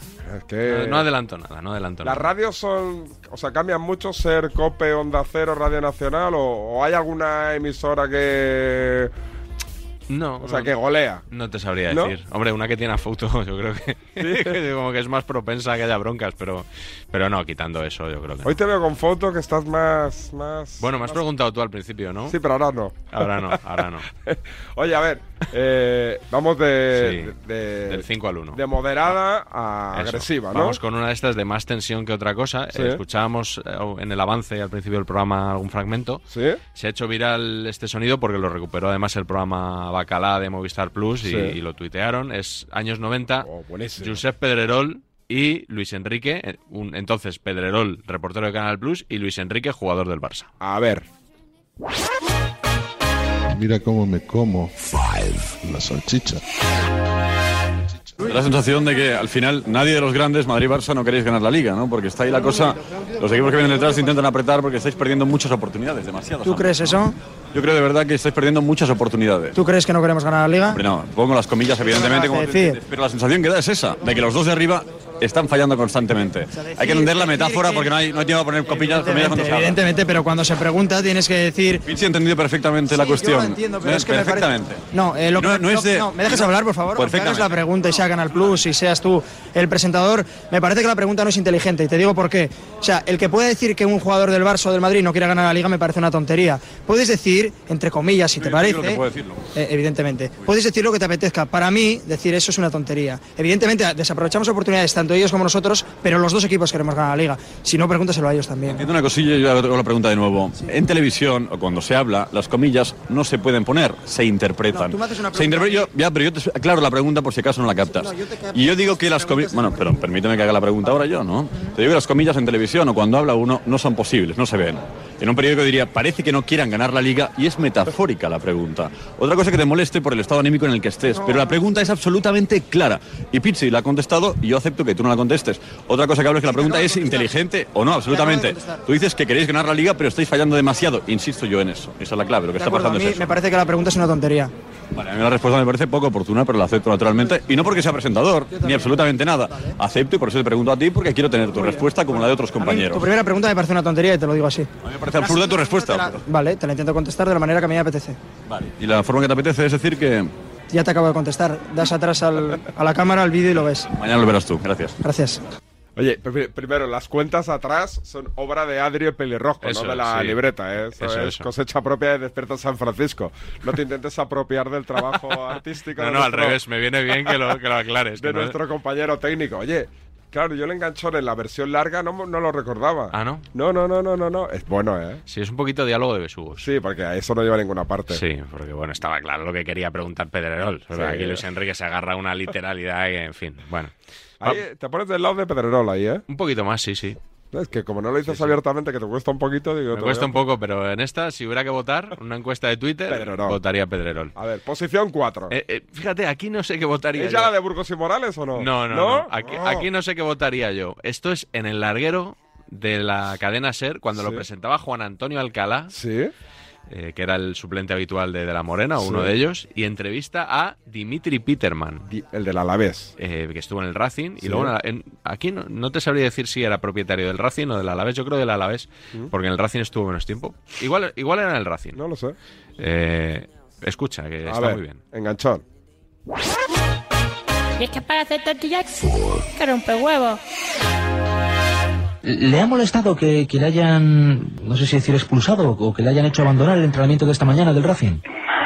[SPEAKER 1] que-
[SPEAKER 2] no, no adelanto nada, no adelanto
[SPEAKER 1] ¿Las
[SPEAKER 2] nada.
[SPEAKER 1] radios son, o sea, cambian mucho ser Cope, Onda Cero, Radio Nacional o, o hay alguna emisora que...
[SPEAKER 2] No.
[SPEAKER 1] O sea,
[SPEAKER 2] no.
[SPEAKER 1] que golea.
[SPEAKER 2] No te sabría
[SPEAKER 1] ¿No?
[SPEAKER 2] decir. Hombre, una que tiene a foto, *laughs* yo creo que *laughs* Como que es más propensa a que haya broncas, pero, pero no, quitando eso, yo creo que.
[SPEAKER 1] Hoy te veo con fotos que estás más. más
[SPEAKER 2] Bueno, me has preguntado tú al principio, ¿no?
[SPEAKER 1] Sí, pero ahora no.
[SPEAKER 2] Ahora no, ahora no.
[SPEAKER 1] Oye, a ver, eh, vamos de,
[SPEAKER 2] Sí,
[SPEAKER 1] de-
[SPEAKER 2] del 5 al 1.
[SPEAKER 1] de moderada a *laughs*
[SPEAKER 2] Eso.
[SPEAKER 1] agresiva, ¿no?
[SPEAKER 2] Vamos con una de estas de más tensión que otra cosa.
[SPEAKER 1] Sí.
[SPEAKER 2] Eh, Escuchábamos eh, en el avance al principio del programa algún fragmento. Se ha hecho viral este sonido porque lo recuperó además el programa Bacalá de Movistar Plus y,
[SPEAKER 1] Sí. Oh,
[SPEAKER 2] y lo tuitearon. Es años 90. Josep Pedrerol y Luis Enrique, eh, un, entonces Pedrerol, reportero de Canal Plus, y Luis Enrique, jugador del Barça.
[SPEAKER 1] A ver.
[SPEAKER 37] Mira cómo me como. Five. La salchicha.
[SPEAKER 4] La sensación de que al final nadie de los grandes, Madrid-Barça, no queréis ganar la liga, ¿no? Porque está ahí la cosa. Los equipos que vienen detrás intentan apretar porque estáis perdiendo muchas oportunidades, demasiadas.
[SPEAKER 50] ¿Tú crees eso?
[SPEAKER 4] Yo creo de verdad que estáis perdiendo muchas oportunidades.
[SPEAKER 50] ¿Tú crees que no queremos ganar la liga?
[SPEAKER 4] Hombre, no, pongo las comillas, evidentemente, como
[SPEAKER 50] Acabas de decir.
[SPEAKER 4] pero la sensación que da es esa, de que los dos de arriba están fallando constantemente. Hay que entender la metáfora porque no hay, no hay tiempo para poner comillas, comillas cuando se habla.
[SPEAKER 50] Evidentemente, pero cuando se pregunta tienes que decir.
[SPEAKER 4] Pichi ha entendido perfectamente la cuestión.
[SPEAKER 50] lo entiendo, pero
[SPEAKER 4] ¿eh?
[SPEAKER 50] es que me parece-
[SPEAKER 4] perfectamente.
[SPEAKER 50] No, eh, lo
[SPEAKER 4] No,
[SPEAKER 50] que-
[SPEAKER 4] no es de-
[SPEAKER 50] no, me dejas hablar, por favor. aunque hagas
[SPEAKER 4] Perfectamente.
[SPEAKER 50] la pregunta y sea Canal Plus y seas tú el presentador. Me parece que la pregunta no es inteligente y te digo por qué. O sea, el que puede decir que un jugador del Barça o del Madrid no quiera ganar la liga me parece una tontería. Puedes decir, entre comillas, si te
[SPEAKER 4] Yo creo que
[SPEAKER 50] parece,
[SPEAKER 4] puedo decirlo.
[SPEAKER 50] eh, evidentemente. Puedes decir lo que te apetezca. Para mí, decir eso es una tontería. Evidentemente, desaprovechamos oportunidades tanto ellos como nosotros, pero los dos equipos queremos ganar la liga. Si no, pregúntaselo a ellos también.
[SPEAKER 4] Entiendo una cosilla y yo hago la pregunta de nuevo. En televisión, o cuando se habla, las comillas no se pueden poner, se interpretan.
[SPEAKER 50] No, tú me haces una
[SPEAKER 4] Se interpre- yo- ya, pero yo te aclaro la pregunta por si acaso no la captas. y yo digo que las comillas... Bueno, pero permíteme que haga la pregunta ahora yo, ¿no? Te digo que las comillas en televisión o cuando habla uno no son posibles, no se ven. En un periódico diría, parece que no quieran ganar la liga y es metafórica la pregunta. Otra cosa que te moleste por el estado anímico en el que estés, pero la pregunta es absolutamente clara. Y Pizzi la ha contestado y yo acepto que tú no la contestes. Otra cosa que hablo es que la pregunta es inteligente o no, absolutamente. Tú dices que queréis ganar la liga, pero estáis fallando demasiado. Insisto yo en eso. Esa es la clave. Lo que
[SPEAKER 50] De
[SPEAKER 4] está
[SPEAKER 50] acuerdo, a
[SPEAKER 4] pasando es
[SPEAKER 50] mí
[SPEAKER 4] eso.
[SPEAKER 50] me parece que la pregunta es una tontería.
[SPEAKER 4] Vale, a mí la respuesta me parece poco oportuna, pero la acepto naturalmente. Y no porque sea presentador, ni absolutamente nada. Acepto y por eso te pregunto a ti, porque quiero tener tu respuesta como la de otros compañeros.
[SPEAKER 50] Tu primera pregunta me parece una tontería y te lo digo así.
[SPEAKER 4] Me parece absurda tu respuesta.
[SPEAKER 50] Vale, te la intento contestar de la manera que a mí me apetece.
[SPEAKER 4] Y la forma que te apetece es decir que
[SPEAKER 50] Ya te acabo de contestar. Das atrás al- a la cámara, al vídeo y lo ves.
[SPEAKER 4] mañana lo verás tú. Gracias.
[SPEAKER 50] Gracias.
[SPEAKER 1] Oye, pr- primero, las cuentas atrás son obra de Adrio Pelirrojo,
[SPEAKER 2] Eso,
[SPEAKER 1] no de la
[SPEAKER 2] sí.
[SPEAKER 1] libreta, ¿eh? Eso,
[SPEAKER 2] Eso,
[SPEAKER 1] es
[SPEAKER 2] eso.
[SPEAKER 1] cosecha propia de Despierta San Francisco. No te intentes apropiar del
[SPEAKER 2] *laughs*
[SPEAKER 1] trabajo artístico.
[SPEAKER 2] No,
[SPEAKER 1] de
[SPEAKER 2] no, al
[SPEAKER 1] nuestro-
[SPEAKER 2] revés, me viene
[SPEAKER 1] *laughs*
[SPEAKER 2] bien que lo, que lo aclares. que
[SPEAKER 1] de
[SPEAKER 2] no-
[SPEAKER 1] nuestro compañero técnico. Oye, claro, yo el enganchón en la versión larga no, no lo recordaba.
[SPEAKER 2] Ah, ¿no?
[SPEAKER 1] No, no, no, no, no, no. Es bueno, ¿eh?
[SPEAKER 2] Sí, es un poquito diálogo de besugos.
[SPEAKER 1] Sí, porque a eso no lleva a ninguna parte.
[SPEAKER 2] Sí, porque bueno, estaba claro lo que quería preguntar Pedrerol.
[SPEAKER 1] Sí.
[SPEAKER 2] Aquí Luis Enrique se agarra a una literalidad que, en fin, bueno.
[SPEAKER 1] Ahí, eh, te pones del lado de Pedrerol ahí, ¿eh?
[SPEAKER 2] Ah. Un poquito más, sí, sí.
[SPEAKER 1] Es que como no lo dices abiertamente, que te cuesta un poquito, digo...
[SPEAKER 2] Me
[SPEAKER 1] te
[SPEAKER 2] cuesta
[SPEAKER 1] voy
[SPEAKER 2] un poco, pero en esta, si hubiera que votar, una encuesta de Twitter, votaría Pedrerol. Ah. Eh,
[SPEAKER 1] A ver, posición 4.
[SPEAKER 2] fíjate, aquí no sé qué votaría
[SPEAKER 1] ¿Es ya
[SPEAKER 2] yo.
[SPEAKER 1] la de Burgos y Morales o no?
[SPEAKER 2] No, no, no. Aquí, aquí no sé qué votaría yo. Esto es en el larguero de la cadena SER, cuando lo
[SPEAKER 1] Sí.
[SPEAKER 2] presentaba Juan Antonio Alcalá, eh, que era el suplente habitual de De La Morena,
[SPEAKER 1] Sí.
[SPEAKER 2] uno de ellos, y entrevista a Dimitri Peterman.
[SPEAKER 1] El del Alavés.
[SPEAKER 2] eh, que estuvo en el Racing.
[SPEAKER 1] Sí.
[SPEAKER 2] Y luego en- en- aquí no, no te sabría decir si era propietario del Racing o del Alavés. Yo creo del Alavés,
[SPEAKER 1] Mm.
[SPEAKER 2] porque en el Racing estuvo menos tiempo. Igual, igual era en el Racing.
[SPEAKER 1] No lo sé.
[SPEAKER 2] Eh, escucha, que
[SPEAKER 1] A
[SPEAKER 2] está
[SPEAKER 1] ver,
[SPEAKER 2] muy bien.
[SPEAKER 1] Enganchón.
[SPEAKER 37] Y es que para hacer tortillas que rompe huevo.
[SPEAKER 4] ¿Le ha molestado que, que le hayan, no sé si decir expulsado o que le hayan hecho abandonar el entrenamiento de esta mañana del Racing?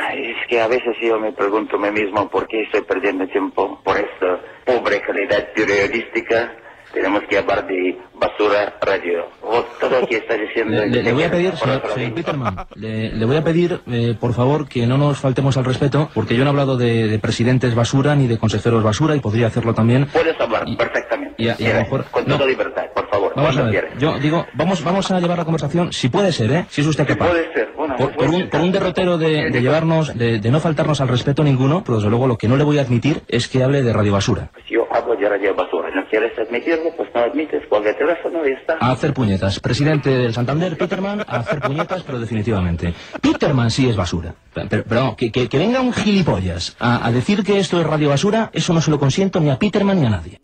[SPEAKER 50] Ay, Es que a veces yo me pregunto a mí mismo por qué estoy perdiendo tiempo por esta pobre calidad periodística. Tenemos que hablar de basura radio. Vos todo lo que estás diciendo...
[SPEAKER 4] Le, le- le voy a pedir,
[SPEAKER 50] Por
[SPEAKER 4] señor,
[SPEAKER 50] otro
[SPEAKER 4] señor
[SPEAKER 50] lado.
[SPEAKER 4] Peterman, le, le voy a pedir, eh, por favor, que no nos faltemos al respeto, porque yo no he hablado de, de presidentes basura ni de consejeros basura y podría hacerlo también.
[SPEAKER 50] Puedes hablar perfectamente.
[SPEAKER 4] Y a, y a lo mejor.
[SPEAKER 50] Con
[SPEAKER 4] no,
[SPEAKER 50] toda libertad, por favor.
[SPEAKER 4] vamos a
[SPEAKER 50] cuando
[SPEAKER 4] ver,
[SPEAKER 50] quieras.
[SPEAKER 4] yo digo, vamos, vamos a llevar la conversación, si puede ser, ¿eh? Si es usted capaz.
[SPEAKER 50] Puede ser. Bueno,
[SPEAKER 4] Por, por un, por un derrotero de, de llevarnos, de, de no faltarnos al respeto ninguno, pero desde luego lo que no le voy a admitir es que hable de radio basura.
[SPEAKER 50] pues yo hablo de radio basura. ¿No quieres admitirlo? Pues no admites. Cuelga el teléfono y está.
[SPEAKER 4] A hacer puñetas. Presidente del Santander, Peterman, a hacer puñetas, pero definitivamente. Peterman sí es basura. Pero, pero no, que, que- que venga un gilipollas a, a decir que esto es radio basura, eso no se lo consiento ni a Peterman ni a nadie.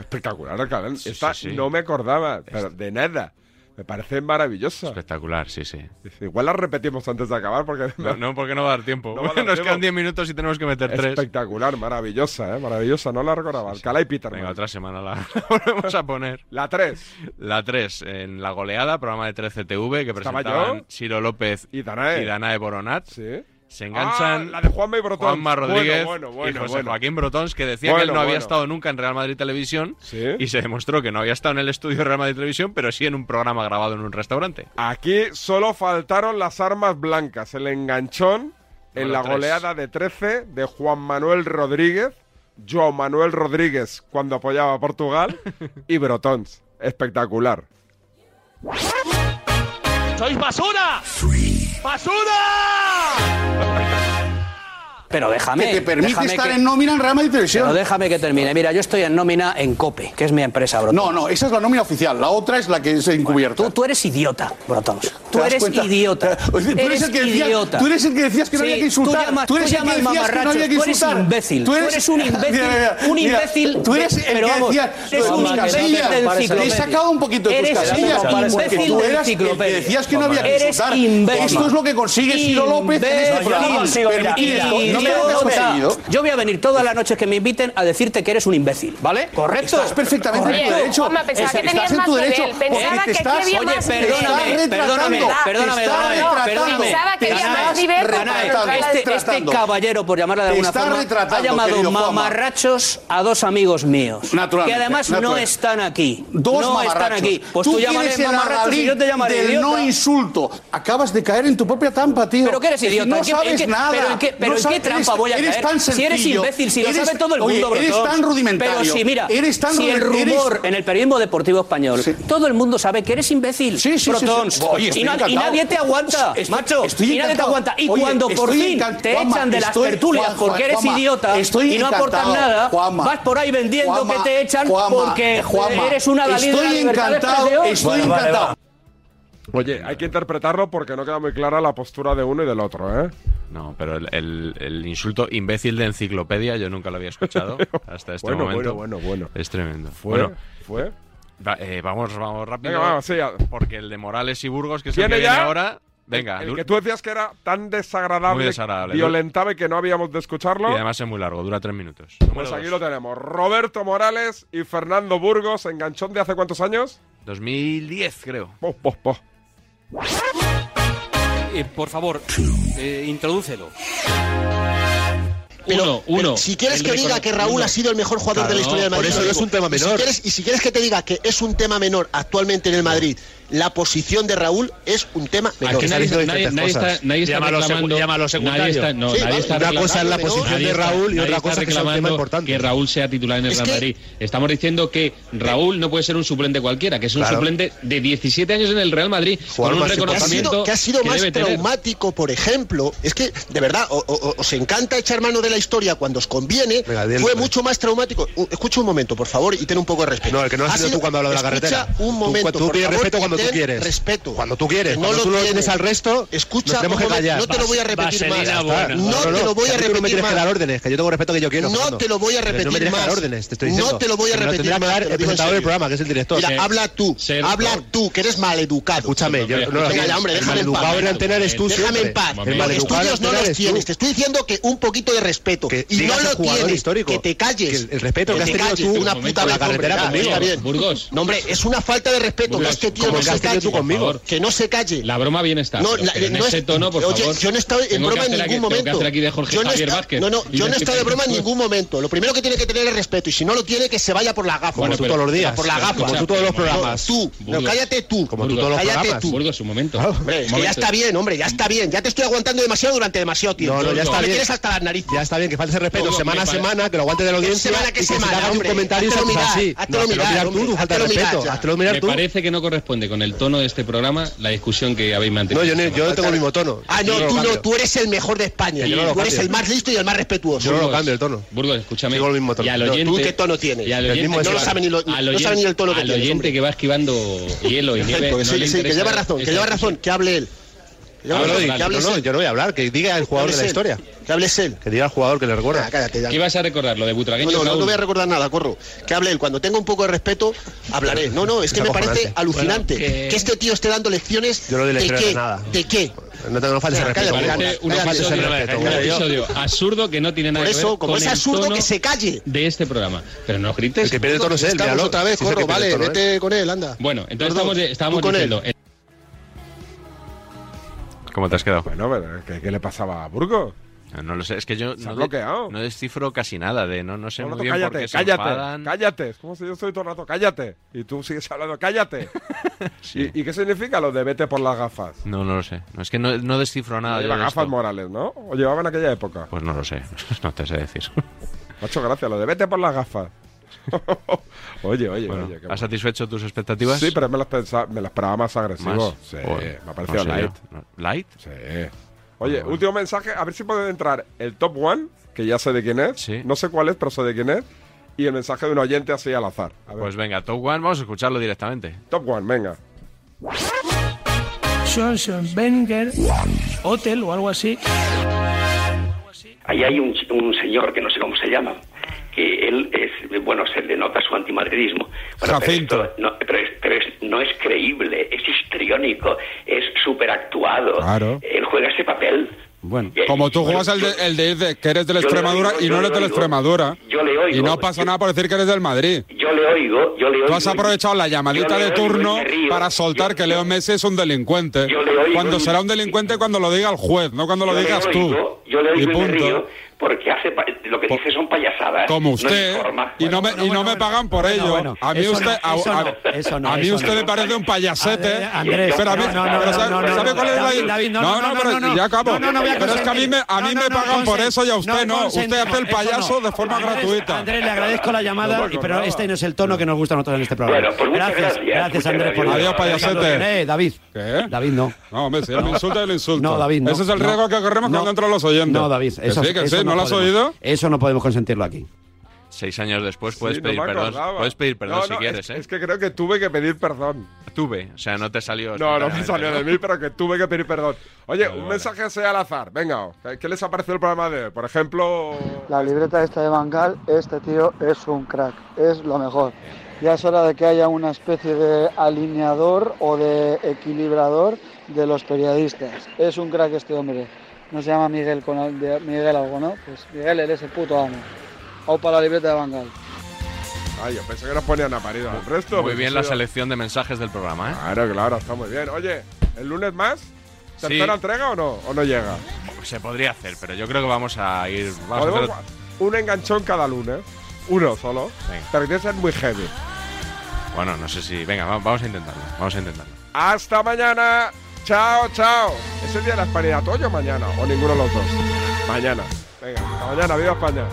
[SPEAKER 1] Espectacular, Alcalá. Esta no me acordaba, pero de nada. Me parece maravillosa.
[SPEAKER 2] Este Espectacular, sí, sí.
[SPEAKER 1] Igual la repetimos antes de acabar porque *laughs*
[SPEAKER 2] No, no, porque no va a dar tiempo.
[SPEAKER 1] No va a dar
[SPEAKER 2] *laughs* Nos
[SPEAKER 1] tiempo.
[SPEAKER 2] quedan 10 minutos y tenemos que meter 3.
[SPEAKER 1] Espectacular, maravillosa, ¿eh? Maravillosa, no la recordaba. Alcalá y Peter.
[SPEAKER 2] Venga, otra semana la *laughs* volvemos a poner.
[SPEAKER 1] La 3.
[SPEAKER 2] La 3, en La Goleada, programa de 13TV que
[SPEAKER 1] ¿Estaba
[SPEAKER 2] presentaban
[SPEAKER 1] yo?
[SPEAKER 2] Ciro López y
[SPEAKER 1] Danae.
[SPEAKER 2] Boronat. Se enganchan
[SPEAKER 1] Ah, la de Juanma y Brotón.
[SPEAKER 2] Juanma Rodríguez
[SPEAKER 1] Bueno, bueno,
[SPEAKER 2] y
[SPEAKER 1] bueno.
[SPEAKER 2] José
[SPEAKER 1] bueno.
[SPEAKER 2] Joaquín Brotons, que decía
[SPEAKER 1] Bueno,
[SPEAKER 2] que él no había
[SPEAKER 1] bueno.
[SPEAKER 2] estado nunca en Real Madrid Televisión y se demostró que no había estado en el estudio de Real Madrid Televisión, pero sí en un programa grabado en un restaurante.
[SPEAKER 1] Aquí solo faltaron las armas blancas, el enganchón en
[SPEAKER 2] Número
[SPEAKER 1] la
[SPEAKER 2] tres.
[SPEAKER 1] goleada de 13 de Juan Manuel Rodríguez, Joao Manuel Rodríguez cuando apoyaba a
[SPEAKER 2] *laughs*
[SPEAKER 1] Portugal y Brotons. Espectacular.
[SPEAKER 3] ¡Sois basura! ¡Basura!
[SPEAKER 8] Pero déjame.
[SPEAKER 3] Que te permite
[SPEAKER 8] déjame
[SPEAKER 3] estar
[SPEAKER 8] que-
[SPEAKER 3] en nómina en Real Madrid Televisión.
[SPEAKER 8] Pero déjame que termine. Mira, yo estoy en nómina en COPE, que es mi empresa, Brotons.
[SPEAKER 3] No, no, esa es la nómina oficial. La otra es la que es encubierta.
[SPEAKER 8] tú, eres idiota, Brotons. Tú
[SPEAKER 3] ¿Te das
[SPEAKER 8] eres
[SPEAKER 3] cuenta?
[SPEAKER 8] idiota.
[SPEAKER 3] Oye, Tú eres,
[SPEAKER 8] Eres
[SPEAKER 3] el que decías,
[SPEAKER 8] idiota.
[SPEAKER 3] tú eres el que decías que no
[SPEAKER 8] Sí,
[SPEAKER 3] había que insultar.
[SPEAKER 8] tú llamas-
[SPEAKER 3] eres
[SPEAKER 8] tú
[SPEAKER 3] el que
[SPEAKER 8] llamas
[SPEAKER 3] decías que no había que
[SPEAKER 8] mamarrachos, tú eres
[SPEAKER 3] insultar.
[SPEAKER 8] imbécil, tú eres
[SPEAKER 3] *laughs*
[SPEAKER 8] un imbécil, un imbécil
[SPEAKER 3] tú eres
[SPEAKER 8] de-
[SPEAKER 3] el
[SPEAKER 8] pero
[SPEAKER 3] que
[SPEAKER 8] vamos,
[SPEAKER 3] decías.
[SPEAKER 8] eres
[SPEAKER 3] lo de
[SPEAKER 8] un
[SPEAKER 3] tus
[SPEAKER 8] imbécil
[SPEAKER 3] casillas.
[SPEAKER 8] del
[SPEAKER 3] Te he
[SPEAKER 8] enciclopedia.
[SPEAKER 3] sacado un poquito de tus
[SPEAKER 8] Eres
[SPEAKER 3] casillas.
[SPEAKER 8] un
[SPEAKER 3] Porque
[SPEAKER 8] imbécil
[SPEAKER 3] tú
[SPEAKER 8] del
[SPEAKER 3] eras el que
[SPEAKER 8] enciclopedia.
[SPEAKER 3] decías que no había que
[SPEAKER 8] Eres
[SPEAKER 3] insultar.
[SPEAKER 8] imbécil.
[SPEAKER 3] Esto es lo que consigue Ciro López en este
[SPEAKER 8] Imbécil.
[SPEAKER 3] programa. Permitir esto. No creo que has
[SPEAKER 8] Idiota.
[SPEAKER 3] conseguido.
[SPEAKER 8] Yo voy a venir todas las noches que me inviten a decirte que eres un imbécil, ¿vale? Correcto.
[SPEAKER 3] Estás perfectamente en tu
[SPEAKER 8] Correcto.
[SPEAKER 3] derecho. Juanma, pensaba que tenías más que él. Pensaba
[SPEAKER 8] Porque te
[SPEAKER 3] que
[SPEAKER 8] estás-
[SPEAKER 3] había
[SPEAKER 8] Oye,
[SPEAKER 3] más nivel.
[SPEAKER 8] perdóname,
[SPEAKER 3] Te estás
[SPEAKER 8] perdóname, perdóname,
[SPEAKER 3] retratando, te estás
[SPEAKER 8] perdóname,
[SPEAKER 3] retratando.
[SPEAKER 8] perdóname.
[SPEAKER 3] Pensaba que había
[SPEAKER 8] Perdóname,
[SPEAKER 3] más nivel, pero
[SPEAKER 8] perdóname.
[SPEAKER 3] te estás
[SPEAKER 8] Este- Este
[SPEAKER 3] retratando.
[SPEAKER 8] caballero, por llamarle de
[SPEAKER 3] Te
[SPEAKER 8] alguna
[SPEAKER 3] estás
[SPEAKER 8] forma, ha
[SPEAKER 3] retratando,
[SPEAKER 8] llamado
[SPEAKER 3] querido Juanma.
[SPEAKER 8] mamarrachos a dos amigos míos.
[SPEAKER 3] Naturalmente,
[SPEAKER 8] Que además no
[SPEAKER 3] naturalmente.
[SPEAKER 8] están aquí.
[SPEAKER 3] Dos
[SPEAKER 8] No están
[SPEAKER 3] mamarrachos.
[SPEAKER 8] aquí. Pues tú llámales
[SPEAKER 3] quieres el
[SPEAKER 8] mamarrachos y
[SPEAKER 3] adalid
[SPEAKER 8] yo te llamaré
[SPEAKER 3] del
[SPEAKER 8] idiota.
[SPEAKER 3] no insulto. Acabas de caer en tu propia trampa, tío.
[SPEAKER 8] Pero que eres
[SPEAKER 3] Es
[SPEAKER 8] idiota.
[SPEAKER 3] No
[SPEAKER 8] ¿En qué- en
[SPEAKER 3] sabes
[SPEAKER 8] qué-
[SPEAKER 3] nada.
[SPEAKER 8] pero en qué- pero
[SPEAKER 3] No
[SPEAKER 8] en qué
[SPEAKER 3] sabes-
[SPEAKER 8] trampa voy a
[SPEAKER 3] eres
[SPEAKER 8] caer?
[SPEAKER 3] tan
[SPEAKER 8] Si eres
[SPEAKER 3] sencillo.
[SPEAKER 8] imbécil, si lo
[SPEAKER 3] Eres-
[SPEAKER 8] sabe todo el
[SPEAKER 3] oye,
[SPEAKER 8] mundo,
[SPEAKER 3] Eres
[SPEAKER 8] Brotons.
[SPEAKER 3] tan rudimentario.
[SPEAKER 8] Pero si mira,
[SPEAKER 3] eres tan
[SPEAKER 8] si el
[SPEAKER 3] rudimen- eres-
[SPEAKER 8] rumor en el periodismo deportivo español, todo el mundo sabe que eres imbécil,
[SPEAKER 3] Sí, sí, sí,
[SPEAKER 8] Brotons.
[SPEAKER 3] sí. Oye, estoy
[SPEAKER 8] y, na- y
[SPEAKER 3] encantado.
[SPEAKER 8] nadie te aguanta,
[SPEAKER 3] Estoy-
[SPEAKER 8] macho.
[SPEAKER 3] estoy
[SPEAKER 8] y nadie te
[SPEAKER 3] encantado.
[SPEAKER 8] aguanta. Y
[SPEAKER 3] Oye,
[SPEAKER 8] cuando por
[SPEAKER 3] estoy
[SPEAKER 8] fin
[SPEAKER 3] encan-
[SPEAKER 8] te
[SPEAKER 3] Juanma,
[SPEAKER 8] echan de las
[SPEAKER 3] estoy-
[SPEAKER 8] tertulias
[SPEAKER 3] Juan-
[SPEAKER 8] porque eres
[SPEAKER 3] Juanma,
[SPEAKER 8] idiota
[SPEAKER 3] estoy
[SPEAKER 8] y no aportas
[SPEAKER 3] encantado,
[SPEAKER 8] nada,
[SPEAKER 3] Juanma.
[SPEAKER 8] vas por ahí vendiendo
[SPEAKER 3] Juanma,
[SPEAKER 8] que te echan
[SPEAKER 3] Juanma,
[SPEAKER 8] porque
[SPEAKER 3] Juanma,
[SPEAKER 8] eres una adalid de la
[SPEAKER 3] estoy
[SPEAKER 8] libertad de
[SPEAKER 3] encantado,
[SPEAKER 8] expresión.
[SPEAKER 3] estoy Bueno, vale, encantado. va.
[SPEAKER 1] Oye, hay que interpretarlo porque no queda muy clara la postura de uno y del otro, ¿eh?
[SPEAKER 2] No, pero el, el- el insulto imbécil de enciclopedia yo nunca lo
[SPEAKER 1] *laughs*
[SPEAKER 2] había escuchado hasta este
[SPEAKER 1] Bueno,
[SPEAKER 2] momento.
[SPEAKER 1] bueno, bueno, bueno.
[SPEAKER 2] Es tremendo.
[SPEAKER 1] Fue,
[SPEAKER 2] Bueno,
[SPEAKER 1] fue.
[SPEAKER 2] va- eh, vamos, vamos rápido.
[SPEAKER 1] Venga, vamos, sí, a-
[SPEAKER 2] Porque el de Morales y Burgos, que es el
[SPEAKER 1] ¿Viene
[SPEAKER 2] que
[SPEAKER 1] ya?
[SPEAKER 2] viene ahora. Venga,
[SPEAKER 1] El
[SPEAKER 2] dur-
[SPEAKER 1] que tú decías que era tan desagradable,
[SPEAKER 2] Muy desagradable.
[SPEAKER 1] violentaba y que no habíamos de escucharlo.
[SPEAKER 2] y además es muy largo, dura tres minutos.
[SPEAKER 1] Pues
[SPEAKER 2] Número
[SPEAKER 1] aquí lo
[SPEAKER 2] dos.
[SPEAKER 1] tenemos. Roberto Morales y Fernando Burgos, enganchón de hace cuántos años?
[SPEAKER 2] 2010, creo.
[SPEAKER 51] Eh, por favor, eh, introdúcelo.
[SPEAKER 13] Uno, uno.
[SPEAKER 28] Eh, Si quieres
[SPEAKER 51] El
[SPEAKER 28] que diga
[SPEAKER 51] récord-
[SPEAKER 28] que Raúl
[SPEAKER 51] uno.
[SPEAKER 28] ha sido el mejor jugador
[SPEAKER 13] Claro,
[SPEAKER 28] de la historia del
[SPEAKER 13] por
[SPEAKER 28] Madrid,
[SPEAKER 13] eso
[SPEAKER 28] lo
[SPEAKER 13] no es
[SPEAKER 28] digo.
[SPEAKER 13] un tema
[SPEAKER 28] Y
[SPEAKER 13] menor.
[SPEAKER 28] si, quieres, y si quieres que te diga que es un tema menor actualmente en el Madrid, la posición de Raúl es un tema menor.
[SPEAKER 13] Aquí nadie, nadie, nadie está, nadie está reclamando. nadie está, no,
[SPEAKER 28] Sí,
[SPEAKER 13] nadie
[SPEAKER 28] vamos,
[SPEAKER 13] está
[SPEAKER 28] una cosa es la
[SPEAKER 13] reclamando-
[SPEAKER 28] posición
[SPEAKER 13] nadie
[SPEAKER 28] de
[SPEAKER 13] está-
[SPEAKER 28] Raúl y
[SPEAKER 13] nadie
[SPEAKER 28] otra
[SPEAKER 13] está
[SPEAKER 28] cosa que sea un tema
[SPEAKER 13] reclamando
[SPEAKER 28] importante.
[SPEAKER 13] Que Raúl sea titular en el
[SPEAKER 28] Es
[SPEAKER 13] Real
[SPEAKER 28] que-
[SPEAKER 13] Madrid. Estamos diciendo que Raúl no puede ser un suplente cualquiera, que es un
[SPEAKER 28] Claro.
[SPEAKER 13] suplente de 17 años en el Real Madrid con un
[SPEAKER 28] que ha sido,
[SPEAKER 13] reconocimiento
[SPEAKER 28] que ha sido más
[SPEAKER 13] debe tener.
[SPEAKER 28] traumático, por ejemplo. Es que, de verdad, o- o- os encanta echar mano de la historia cuando os conviene.
[SPEAKER 13] di el
[SPEAKER 28] fue
[SPEAKER 13] nombre.
[SPEAKER 28] mucho más traumático. U- Escucha un momento, por favor, y ten un poco de respeto.
[SPEAKER 13] No, el que no has
[SPEAKER 28] Ha
[SPEAKER 13] sido tú cuando hablas de la
[SPEAKER 28] escucha
[SPEAKER 13] carretera.
[SPEAKER 28] un
[SPEAKER 13] Tú-
[SPEAKER 28] momento,
[SPEAKER 13] tú
[SPEAKER 28] por
[SPEAKER 13] pides
[SPEAKER 28] favor,
[SPEAKER 13] respeto cuando
[SPEAKER 28] y
[SPEAKER 13] tú
[SPEAKER 28] ten
[SPEAKER 13] quieres.
[SPEAKER 28] respeto.
[SPEAKER 13] Cuando tú quieres,
[SPEAKER 28] Que
[SPEAKER 13] cuando tú lo
[SPEAKER 28] tiene.
[SPEAKER 13] tienes al resto,
[SPEAKER 28] Escucha,
[SPEAKER 13] nos tenemos
[SPEAKER 28] un
[SPEAKER 13] que
[SPEAKER 28] momento,
[SPEAKER 13] callar.
[SPEAKER 28] No te lo voy a repetir
[SPEAKER 13] Vaselina
[SPEAKER 28] más.
[SPEAKER 13] buena.
[SPEAKER 28] No te lo voy a
[SPEAKER 13] que tú no me
[SPEAKER 28] repetir
[SPEAKER 13] tienes que dar
[SPEAKER 28] más.
[SPEAKER 13] órdenes, que yo tengo respeto que yo quiero.
[SPEAKER 28] No
[SPEAKER 13] Fernando.
[SPEAKER 28] te lo voy a
[SPEAKER 13] Pero
[SPEAKER 28] repetir
[SPEAKER 13] No me tienes que dar
[SPEAKER 28] más.
[SPEAKER 13] órdenes, te estoy
[SPEAKER 28] No
[SPEAKER 13] diciendo.
[SPEAKER 28] te lo voy a
[SPEAKER 13] Que me
[SPEAKER 28] repetir
[SPEAKER 13] tendría que
[SPEAKER 28] más,
[SPEAKER 13] dar
[SPEAKER 28] te lo
[SPEAKER 13] el
[SPEAKER 28] digo en
[SPEAKER 13] presentador del
[SPEAKER 28] serio.
[SPEAKER 13] programa, que es el director. ¿eh?
[SPEAKER 28] Mira,
[SPEAKER 13] Ser-
[SPEAKER 28] habla tú,
[SPEAKER 13] ser-
[SPEAKER 28] habla tú, que eres maleducado.
[SPEAKER 13] Escúchame, yo no
[SPEAKER 28] Venga, ya, hombre,
[SPEAKER 13] el
[SPEAKER 28] déjame en paz.
[SPEAKER 13] maleducado en antena eres tú
[SPEAKER 28] Déjame
[SPEAKER 13] siempre.
[SPEAKER 28] en paz.
[SPEAKER 13] El
[SPEAKER 28] Los
[SPEAKER 13] maleducado en
[SPEAKER 28] estudios no
[SPEAKER 13] antena
[SPEAKER 28] los
[SPEAKER 13] eres tú.
[SPEAKER 28] tienes. Te estoy diciendo que un poquito de respeto. y no
[SPEAKER 13] digas al
[SPEAKER 28] lo
[SPEAKER 13] jugador
[SPEAKER 28] tienes.
[SPEAKER 13] histórico.
[SPEAKER 28] Que te calles.
[SPEAKER 13] Que el respeto que has
[SPEAKER 28] te
[SPEAKER 13] tenido
[SPEAKER 28] calles,
[SPEAKER 13] tú
[SPEAKER 28] Una
[SPEAKER 13] en la
[SPEAKER 28] puta vez, hombre,
[SPEAKER 13] carretera
[SPEAKER 28] ya,
[SPEAKER 13] conmigo,
[SPEAKER 28] está bien.
[SPEAKER 13] Burgos.
[SPEAKER 28] No, hombre, es una falta de respeto. que
[SPEAKER 13] Burgos,
[SPEAKER 28] este tío
[SPEAKER 13] como
[SPEAKER 28] no
[SPEAKER 13] el que
[SPEAKER 28] se
[SPEAKER 13] has tenido tú
[SPEAKER 28] calle.
[SPEAKER 13] conmigo.
[SPEAKER 28] Que no se calle.
[SPEAKER 13] La broma bien está.
[SPEAKER 28] No,
[SPEAKER 13] pero
[SPEAKER 28] la-
[SPEAKER 13] que en
[SPEAKER 28] no
[SPEAKER 13] ese
[SPEAKER 28] es-
[SPEAKER 13] tono, por
[SPEAKER 28] oye,
[SPEAKER 13] favor.
[SPEAKER 28] yo no he estado en
[SPEAKER 13] Tengo que
[SPEAKER 28] broma en
[SPEAKER 13] hacer aquí-
[SPEAKER 28] ningún
[SPEAKER 13] tengo que
[SPEAKER 28] momento.
[SPEAKER 13] hacer aquí de Jorge
[SPEAKER 28] yo no he
[SPEAKER 13] Javier
[SPEAKER 28] estado-
[SPEAKER 13] Vázquez.
[SPEAKER 28] No, no,
[SPEAKER 13] Y
[SPEAKER 28] yo no he
[SPEAKER 13] de
[SPEAKER 28] estado de
[SPEAKER 13] Pepe
[SPEAKER 28] broma en
[SPEAKER 13] Cruz.
[SPEAKER 28] ningún momento. Lo primero que tiene que tener es respeto. Y si no lo tiene, que se vaya por la gafa. Como
[SPEAKER 13] Bueno,
[SPEAKER 28] tú
[SPEAKER 13] pero-
[SPEAKER 28] todos los días.
[SPEAKER 13] pero
[SPEAKER 28] Por la
[SPEAKER 13] escucha,
[SPEAKER 28] gafa.
[SPEAKER 13] como tú todos los
[SPEAKER 28] No,
[SPEAKER 13] programas.
[SPEAKER 28] Tú. No,
[SPEAKER 13] Burgos.
[SPEAKER 28] cállate tú.
[SPEAKER 13] Como tú Ah, todos los
[SPEAKER 28] cállate
[SPEAKER 13] programas.
[SPEAKER 28] tú.
[SPEAKER 13] Burgos, un momento.
[SPEAKER 28] Hombre, es
[SPEAKER 13] Un
[SPEAKER 28] que ya
[SPEAKER 13] momento.
[SPEAKER 28] está bien, hombre, ya está bien. Ya te estoy aguantando demasiado durante demasiado tiempo.
[SPEAKER 13] No, no, ya está
[SPEAKER 28] Me
[SPEAKER 13] bien.
[SPEAKER 28] tienes hasta las narices.
[SPEAKER 13] Ya está bien, que falte respeto
[SPEAKER 28] Burgos,
[SPEAKER 13] semana
[SPEAKER 28] me
[SPEAKER 13] a
[SPEAKER 28] pare-
[SPEAKER 13] semana, que lo aguante de la
[SPEAKER 28] ¿Qué
[SPEAKER 13] audiencia.
[SPEAKER 28] semana, qué
[SPEAKER 13] y que se te
[SPEAKER 28] semana,
[SPEAKER 13] haga un
[SPEAKER 28] hombre?
[SPEAKER 13] comentario
[SPEAKER 28] Háztelo
[SPEAKER 13] pues,
[SPEAKER 28] mirar,
[SPEAKER 13] así.
[SPEAKER 28] háztelo
[SPEAKER 13] No, hazlo
[SPEAKER 28] mirar,
[SPEAKER 13] mirar tú,
[SPEAKER 28] hombre,
[SPEAKER 13] tu falta de
[SPEAKER 28] háztelo mirar
[SPEAKER 13] respeto.
[SPEAKER 28] ya.
[SPEAKER 13] hazlo mirar Me tú. parece
[SPEAKER 51] que no corresponde con el tono de este programa la discusión que habéis mantenido.
[SPEAKER 13] No, yo, no- yo no tengo el mismo tono.
[SPEAKER 28] Ah, no,
[SPEAKER 13] Yo lo
[SPEAKER 28] tú no,
[SPEAKER 13] cambio.
[SPEAKER 28] tú eres el mejor de España.
[SPEAKER 13] Que yo no lo
[SPEAKER 28] Tú eres
[SPEAKER 13] cambio.
[SPEAKER 28] el más listo y el más respetuoso.
[SPEAKER 13] Yo no lo cambio el tono.
[SPEAKER 51] Burgos, escúchame.
[SPEAKER 13] Sigo el mismo tono.
[SPEAKER 51] Y al
[SPEAKER 28] No,
[SPEAKER 51] oyente,
[SPEAKER 28] ¿tú qué tono tienes?
[SPEAKER 51] Y al
[SPEAKER 28] El
[SPEAKER 51] oyente,
[SPEAKER 28] mismo
[SPEAKER 51] que
[SPEAKER 28] no lo
[SPEAKER 51] va-
[SPEAKER 28] sabe ni lo-
[SPEAKER 51] al
[SPEAKER 28] no sabe ni el tono que
[SPEAKER 51] Al
[SPEAKER 28] tienes,
[SPEAKER 51] oyente
[SPEAKER 28] hombre.
[SPEAKER 51] que va esquivando hielo y nieve.
[SPEAKER 28] *laughs* Perfecto,
[SPEAKER 51] no
[SPEAKER 28] sí,
[SPEAKER 51] le
[SPEAKER 28] sí, que
[SPEAKER 51] interesa
[SPEAKER 28] lleva razón, que
[SPEAKER 51] esta
[SPEAKER 28] lleva
[SPEAKER 51] discusión.
[SPEAKER 28] razón, que hable él. No, no,
[SPEAKER 52] no,
[SPEAKER 28] que hables
[SPEAKER 52] no, no,
[SPEAKER 28] él.
[SPEAKER 52] yo no voy a hablar, que diga el jugador de
[SPEAKER 28] hables
[SPEAKER 52] la
[SPEAKER 28] él.
[SPEAKER 52] historia.
[SPEAKER 28] Que hables él.
[SPEAKER 52] Que diga el jugador que le recuerda.
[SPEAKER 28] Ah, cállate ya.
[SPEAKER 53] ¿Qué ibas a recordar? ¿Lo de Butragueño?
[SPEAKER 28] No, no, no,
[SPEAKER 53] Raúl?
[SPEAKER 28] voy a recordar nada, corro. Que hable él. Cuando tenga un poco de respeto, hablaré. No, no,
[SPEAKER 52] *laughs*
[SPEAKER 28] es que
[SPEAKER 52] Es
[SPEAKER 28] me parece
[SPEAKER 52] acojonante.
[SPEAKER 28] alucinante
[SPEAKER 52] Bueno, que-
[SPEAKER 28] que... este tío esté dando lecciones
[SPEAKER 52] Yo no doy
[SPEAKER 28] de
[SPEAKER 52] lecciones
[SPEAKER 28] qué.
[SPEAKER 52] de nada.
[SPEAKER 28] ¿De qué?
[SPEAKER 52] No te no faltes el
[SPEAKER 28] Venga,
[SPEAKER 52] respeto.
[SPEAKER 28] cállate,
[SPEAKER 53] Parece un
[SPEAKER 52] No faltes el
[SPEAKER 53] episodio,
[SPEAKER 52] respeto.
[SPEAKER 53] un episodio absurdo que no tiene nada
[SPEAKER 28] Por
[SPEAKER 53] que
[SPEAKER 28] eso,
[SPEAKER 53] ver
[SPEAKER 28] como
[SPEAKER 53] con
[SPEAKER 28] es
[SPEAKER 53] el
[SPEAKER 28] absurdo,
[SPEAKER 53] tono
[SPEAKER 28] que se calle.
[SPEAKER 53] de este programa. Pero no grites.
[SPEAKER 52] El que pierde el tono es él,
[SPEAKER 28] Estamos
[SPEAKER 52] míralo.
[SPEAKER 28] otra vez,
[SPEAKER 52] Si es el
[SPEAKER 28] corro,
[SPEAKER 52] que pierde
[SPEAKER 28] vale,
[SPEAKER 52] el tono,
[SPEAKER 28] vete con él, anda.
[SPEAKER 53] Bueno, entonces
[SPEAKER 28] Gordo,
[SPEAKER 53] estamos, de- estábamos
[SPEAKER 28] tú con él.
[SPEAKER 53] diciendo... eh,
[SPEAKER 2] ¿Cómo te has quedado?
[SPEAKER 1] Bueno, pero ¿qué, qué le pasaba a Burgos?
[SPEAKER 2] No lo sé, es que yo
[SPEAKER 1] Se ha
[SPEAKER 2] no, de-
[SPEAKER 1] bloqueado.
[SPEAKER 2] no descifro casi nada de no, no sé
[SPEAKER 1] Todo
[SPEAKER 2] muy
[SPEAKER 1] el
[SPEAKER 2] bien
[SPEAKER 1] rato,
[SPEAKER 2] por qué
[SPEAKER 1] cállate,
[SPEAKER 2] se
[SPEAKER 1] cállate,
[SPEAKER 2] enfadan.
[SPEAKER 1] cállate. Es como si yo estoy todo el rato, cállate. Y tú sigues hablando,
[SPEAKER 2] *laughs*
[SPEAKER 1] cállate. ¿Y, y qué significa lo de vete por las gafas?
[SPEAKER 2] No, no lo sé. No, es que no, no descifro nada. Ah, yo
[SPEAKER 1] Llevan
[SPEAKER 2] de
[SPEAKER 1] gafas
[SPEAKER 2] esto.
[SPEAKER 1] morales, ¿no? O llevaban en aquella época.
[SPEAKER 2] Pues no lo sé. *laughs* No te sé decir.
[SPEAKER 1] Macho, gracias, lo de vete por las gafas. *laughs* oye, oye,
[SPEAKER 2] Bueno,
[SPEAKER 1] oye. qué
[SPEAKER 2] ¿Has satisfecho tus expectativas?
[SPEAKER 1] Sí, pero me las pensa- me las esperaba más agresivo.
[SPEAKER 2] ¿Más?
[SPEAKER 1] Sí,
[SPEAKER 2] Joder, Ah,
[SPEAKER 1] me ha parecido
[SPEAKER 2] no sé
[SPEAKER 1] light.
[SPEAKER 2] yo. ¿Light?
[SPEAKER 1] Sí.
[SPEAKER 2] Ah,
[SPEAKER 1] Oye, último mensaje, a ver si puede entrar el top one, que ya sé de quién es. No sé cuál es, pero sé de quién es. Y el mensaje de un oyente así al azar. A ver.
[SPEAKER 2] Pues venga, Top One, vamos a escucharlo directamente.
[SPEAKER 1] Top one, venga.
[SPEAKER 25] Schwarzenegger, Hotel o algo así.
[SPEAKER 27] Ahí hay un, un señor que no sé cómo se llama, que él es, bueno, se le nota su antimadridismo. Bueno, pero
[SPEAKER 13] Jacinto.
[SPEAKER 27] esto no, pero es- pero es- no es creíble, es histriónico, es superactuado.
[SPEAKER 13] Claro.
[SPEAKER 27] Él juega ese papel.
[SPEAKER 13] Bueno,
[SPEAKER 27] Eh,
[SPEAKER 13] como tú
[SPEAKER 27] bueno,
[SPEAKER 13] juegas el de, el de ir de- que eres de la
[SPEAKER 27] yo le
[SPEAKER 13] Extremadura
[SPEAKER 27] oigo,
[SPEAKER 13] y no
[SPEAKER 27] yo
[SPEAKER 13] eres
[SPEAKER 27] le
[SPEAKER 13] de la
[SPEAKER 27] oigo.
[SPEAKER 13] Extremadura.
[SPEAKER 27] Yo le oigo.
[SPEAKER 13] Y no pasa nada por decir que eres del Madrid.
[SPEAKER 27] Yo le oigo, yo le oigo.
[SPEAKER 13] Tú has aprovechado la llamadita
[SPEAKER 27] Yo le
[SPEAKER 13] de
[SPEAKER 27] oigo y
[SPEAKER 13] turno
[SPEAKER 27] me río.
[SPEAKER 13] para soltar que Leo Messi es un delincuente.
[SPEAKER 27] Yo le oigo
[SPEAKER 13] Cuando
[SPEAKER 27] y-
[SPEAKER 13] será un delincuente cuando lo diga el juez, no cuando lo
[SPEAKER 27] Yo le
[SPEAKER 13] digas tú.
[SPEAKER 27] oigo, Yo le
[SPEAKER 13] Y
[SPEAKER 27] oigo y, me
[SPEAKER 13] punto.
[SPEAKER 27] río porque hace pa- lo que dice son payasadas.
[SPEAKER 13] Como
[SPEAKER 27] no
[SPEAKER 13] usted,
[SPEAKER 27] informa.
[SPEAKER 13] y no me, y no me pagan por ello.
[SPEAKER 27] bueno,
[SPEAKER 13] a mí
[SPEAKER 27] eso
[SPEAKER 13] usted,
[SPEAKER 27] no, eso
[SPEAKER 13] a, a-
[SPEAKER 27] no, eso no,
[SPEAKER 13] a mí
[SPEAKER 27] eso
[SPEAKER 13] usted
[SPEAKER 27] no.
[SPEAKER 13] le parece un payasete.
[SPEAKER 27] Eh, Andrés,
[SPEAKER 13] pero a mí,
[SPEAKER 27] no, no, no,
[SPEAKER 13] pero
[SPEAKER 27] no,
[SPEAKER 13] ¿sabe,
[SPEAKER 27] no, no,
[SPEAKER 13] sabe cuál es la-
[SPEAKER 27] David, David, no, no,
[SPEAKER 13] no,
[SPEAKER 27] no,
[SPEAKER 13] pero
[SPEAKER 27] no, no.
[SPEAKER 13] ya acabo.
[SPEAKER 27] No, no, no voy a
[SPEAKER 13] pero es que a mí me, a mí me pagan por eso y a usted no. Usted hace el payaso de forma gratuita. Andrés, le agradezco la llamada, y- pero este no es el tono que nos gusta a nosotros en este programa. Bueno, pues muchas gracias, gracias, muchas Andrés, por gracias. la- Adiós, payasete. Eh, David. David, no. No, hombre, si él me insulta, él insulta. No, David, no. Ese es el No. riesgo que corremos cuando entran los oyentes. No, David, Que eso, sí, que eso sí, ¿no lo has podemos- oído? Eso no podemos consentirlo aquí.
[SPEAKER 2] Seis años después puedes
[SPEAKER 13] Sí, no
[SPEAKER 2] pedir
[SPEAKER 13] me
[SPEAKER 2] perdón.
[SPEAKER 13] acordaba.
[SPEAKER 2] Puedes pedir perdón
[SPEAKER 13] No,
[SPEAKER 2] si
[SPEAKER 13] no,
[SPEAKER 2] quieres,
[SPEAKER 13] es-
[SPEAKER 2] ¿eh?
[SPEAKER 1] Es que creo que tuve que pedir perdón.
[SPEAKER 2] Tuve, o sea, no te salió.
[SPEAKER 1] No, no me
[SPEAKER 2] espontáneamente,
[SPEAKER 1] salió
[SPEAKER 2] ¿no?
[SPEAKER 1] de mí, pero que tuve que pedir perdón. Oye,
[SPEAKER 2] Vale,
[SPEAKER 1] un
[SPEAKER 2] vale.
[SPEAKER 1] mensaje así al azar. Venga, ¿qué- ¿qué les ha parecido el programa de hoy? Por ejemplo,
[SPEAKER 54] La libreta esta de Bangal, este tío es un crack, es lo mejor. Ya es hora de que haya una especie de alineador o de equilibrador de los periodistas. Es un crack este hombre. No se llama Miguel con al- de- Miguel algo, ¿no? Pues Miguel eres el puto amo. Opa la libreta de Bangal.
[SPEAKER 1] Ay, yo pensé que nos ponían a parido al resto.
[SPEAKER 2] Muy
[SPEAKER 1] pues,
[SPEAKER 2] bien
[SPEAKER 1] sí,
[SPEAKER 2] la
[SPEAKER 1] yo-
[SPEAKER 2] selección de mensajes del programa, ¿eh?
[SPEAKER 1] Claro, claro, está muy bien. Oye, ¿el lunes más?
[SPEAKER 2] Sí.
[SPEAKER 1] ¿Tercera entrega o no? ¿O no llega?
[SPEAKER 2] Se podría hacer, pero yo creo que vamos a ir. Vamos a
[SPEAKER 1] Podemos
[SPEAKER 2] hacer-
[SPEAKER 1] gua- un enganchón cada lunes. Uno solo.
[SPEAKER 2] Venga.
[SPEAKER 1] Pero tiene que ser muy heavy.
[SPEAKER 2] Bueno, no sé si. Venga, va- vamos a intentarlo. Vamos a intentarlo.
[SPEAKER 1] Hasta mañana. Chao, chao. ¿Es el día de la Hispanidad hoy o mañana? O ninguno de los dos. Mañana. Venga, hasta mañana. Viva España.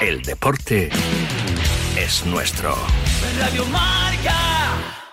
[SPEAKER 37] El deporte es nuestro.
[SPEAKER 15] Radio Marca.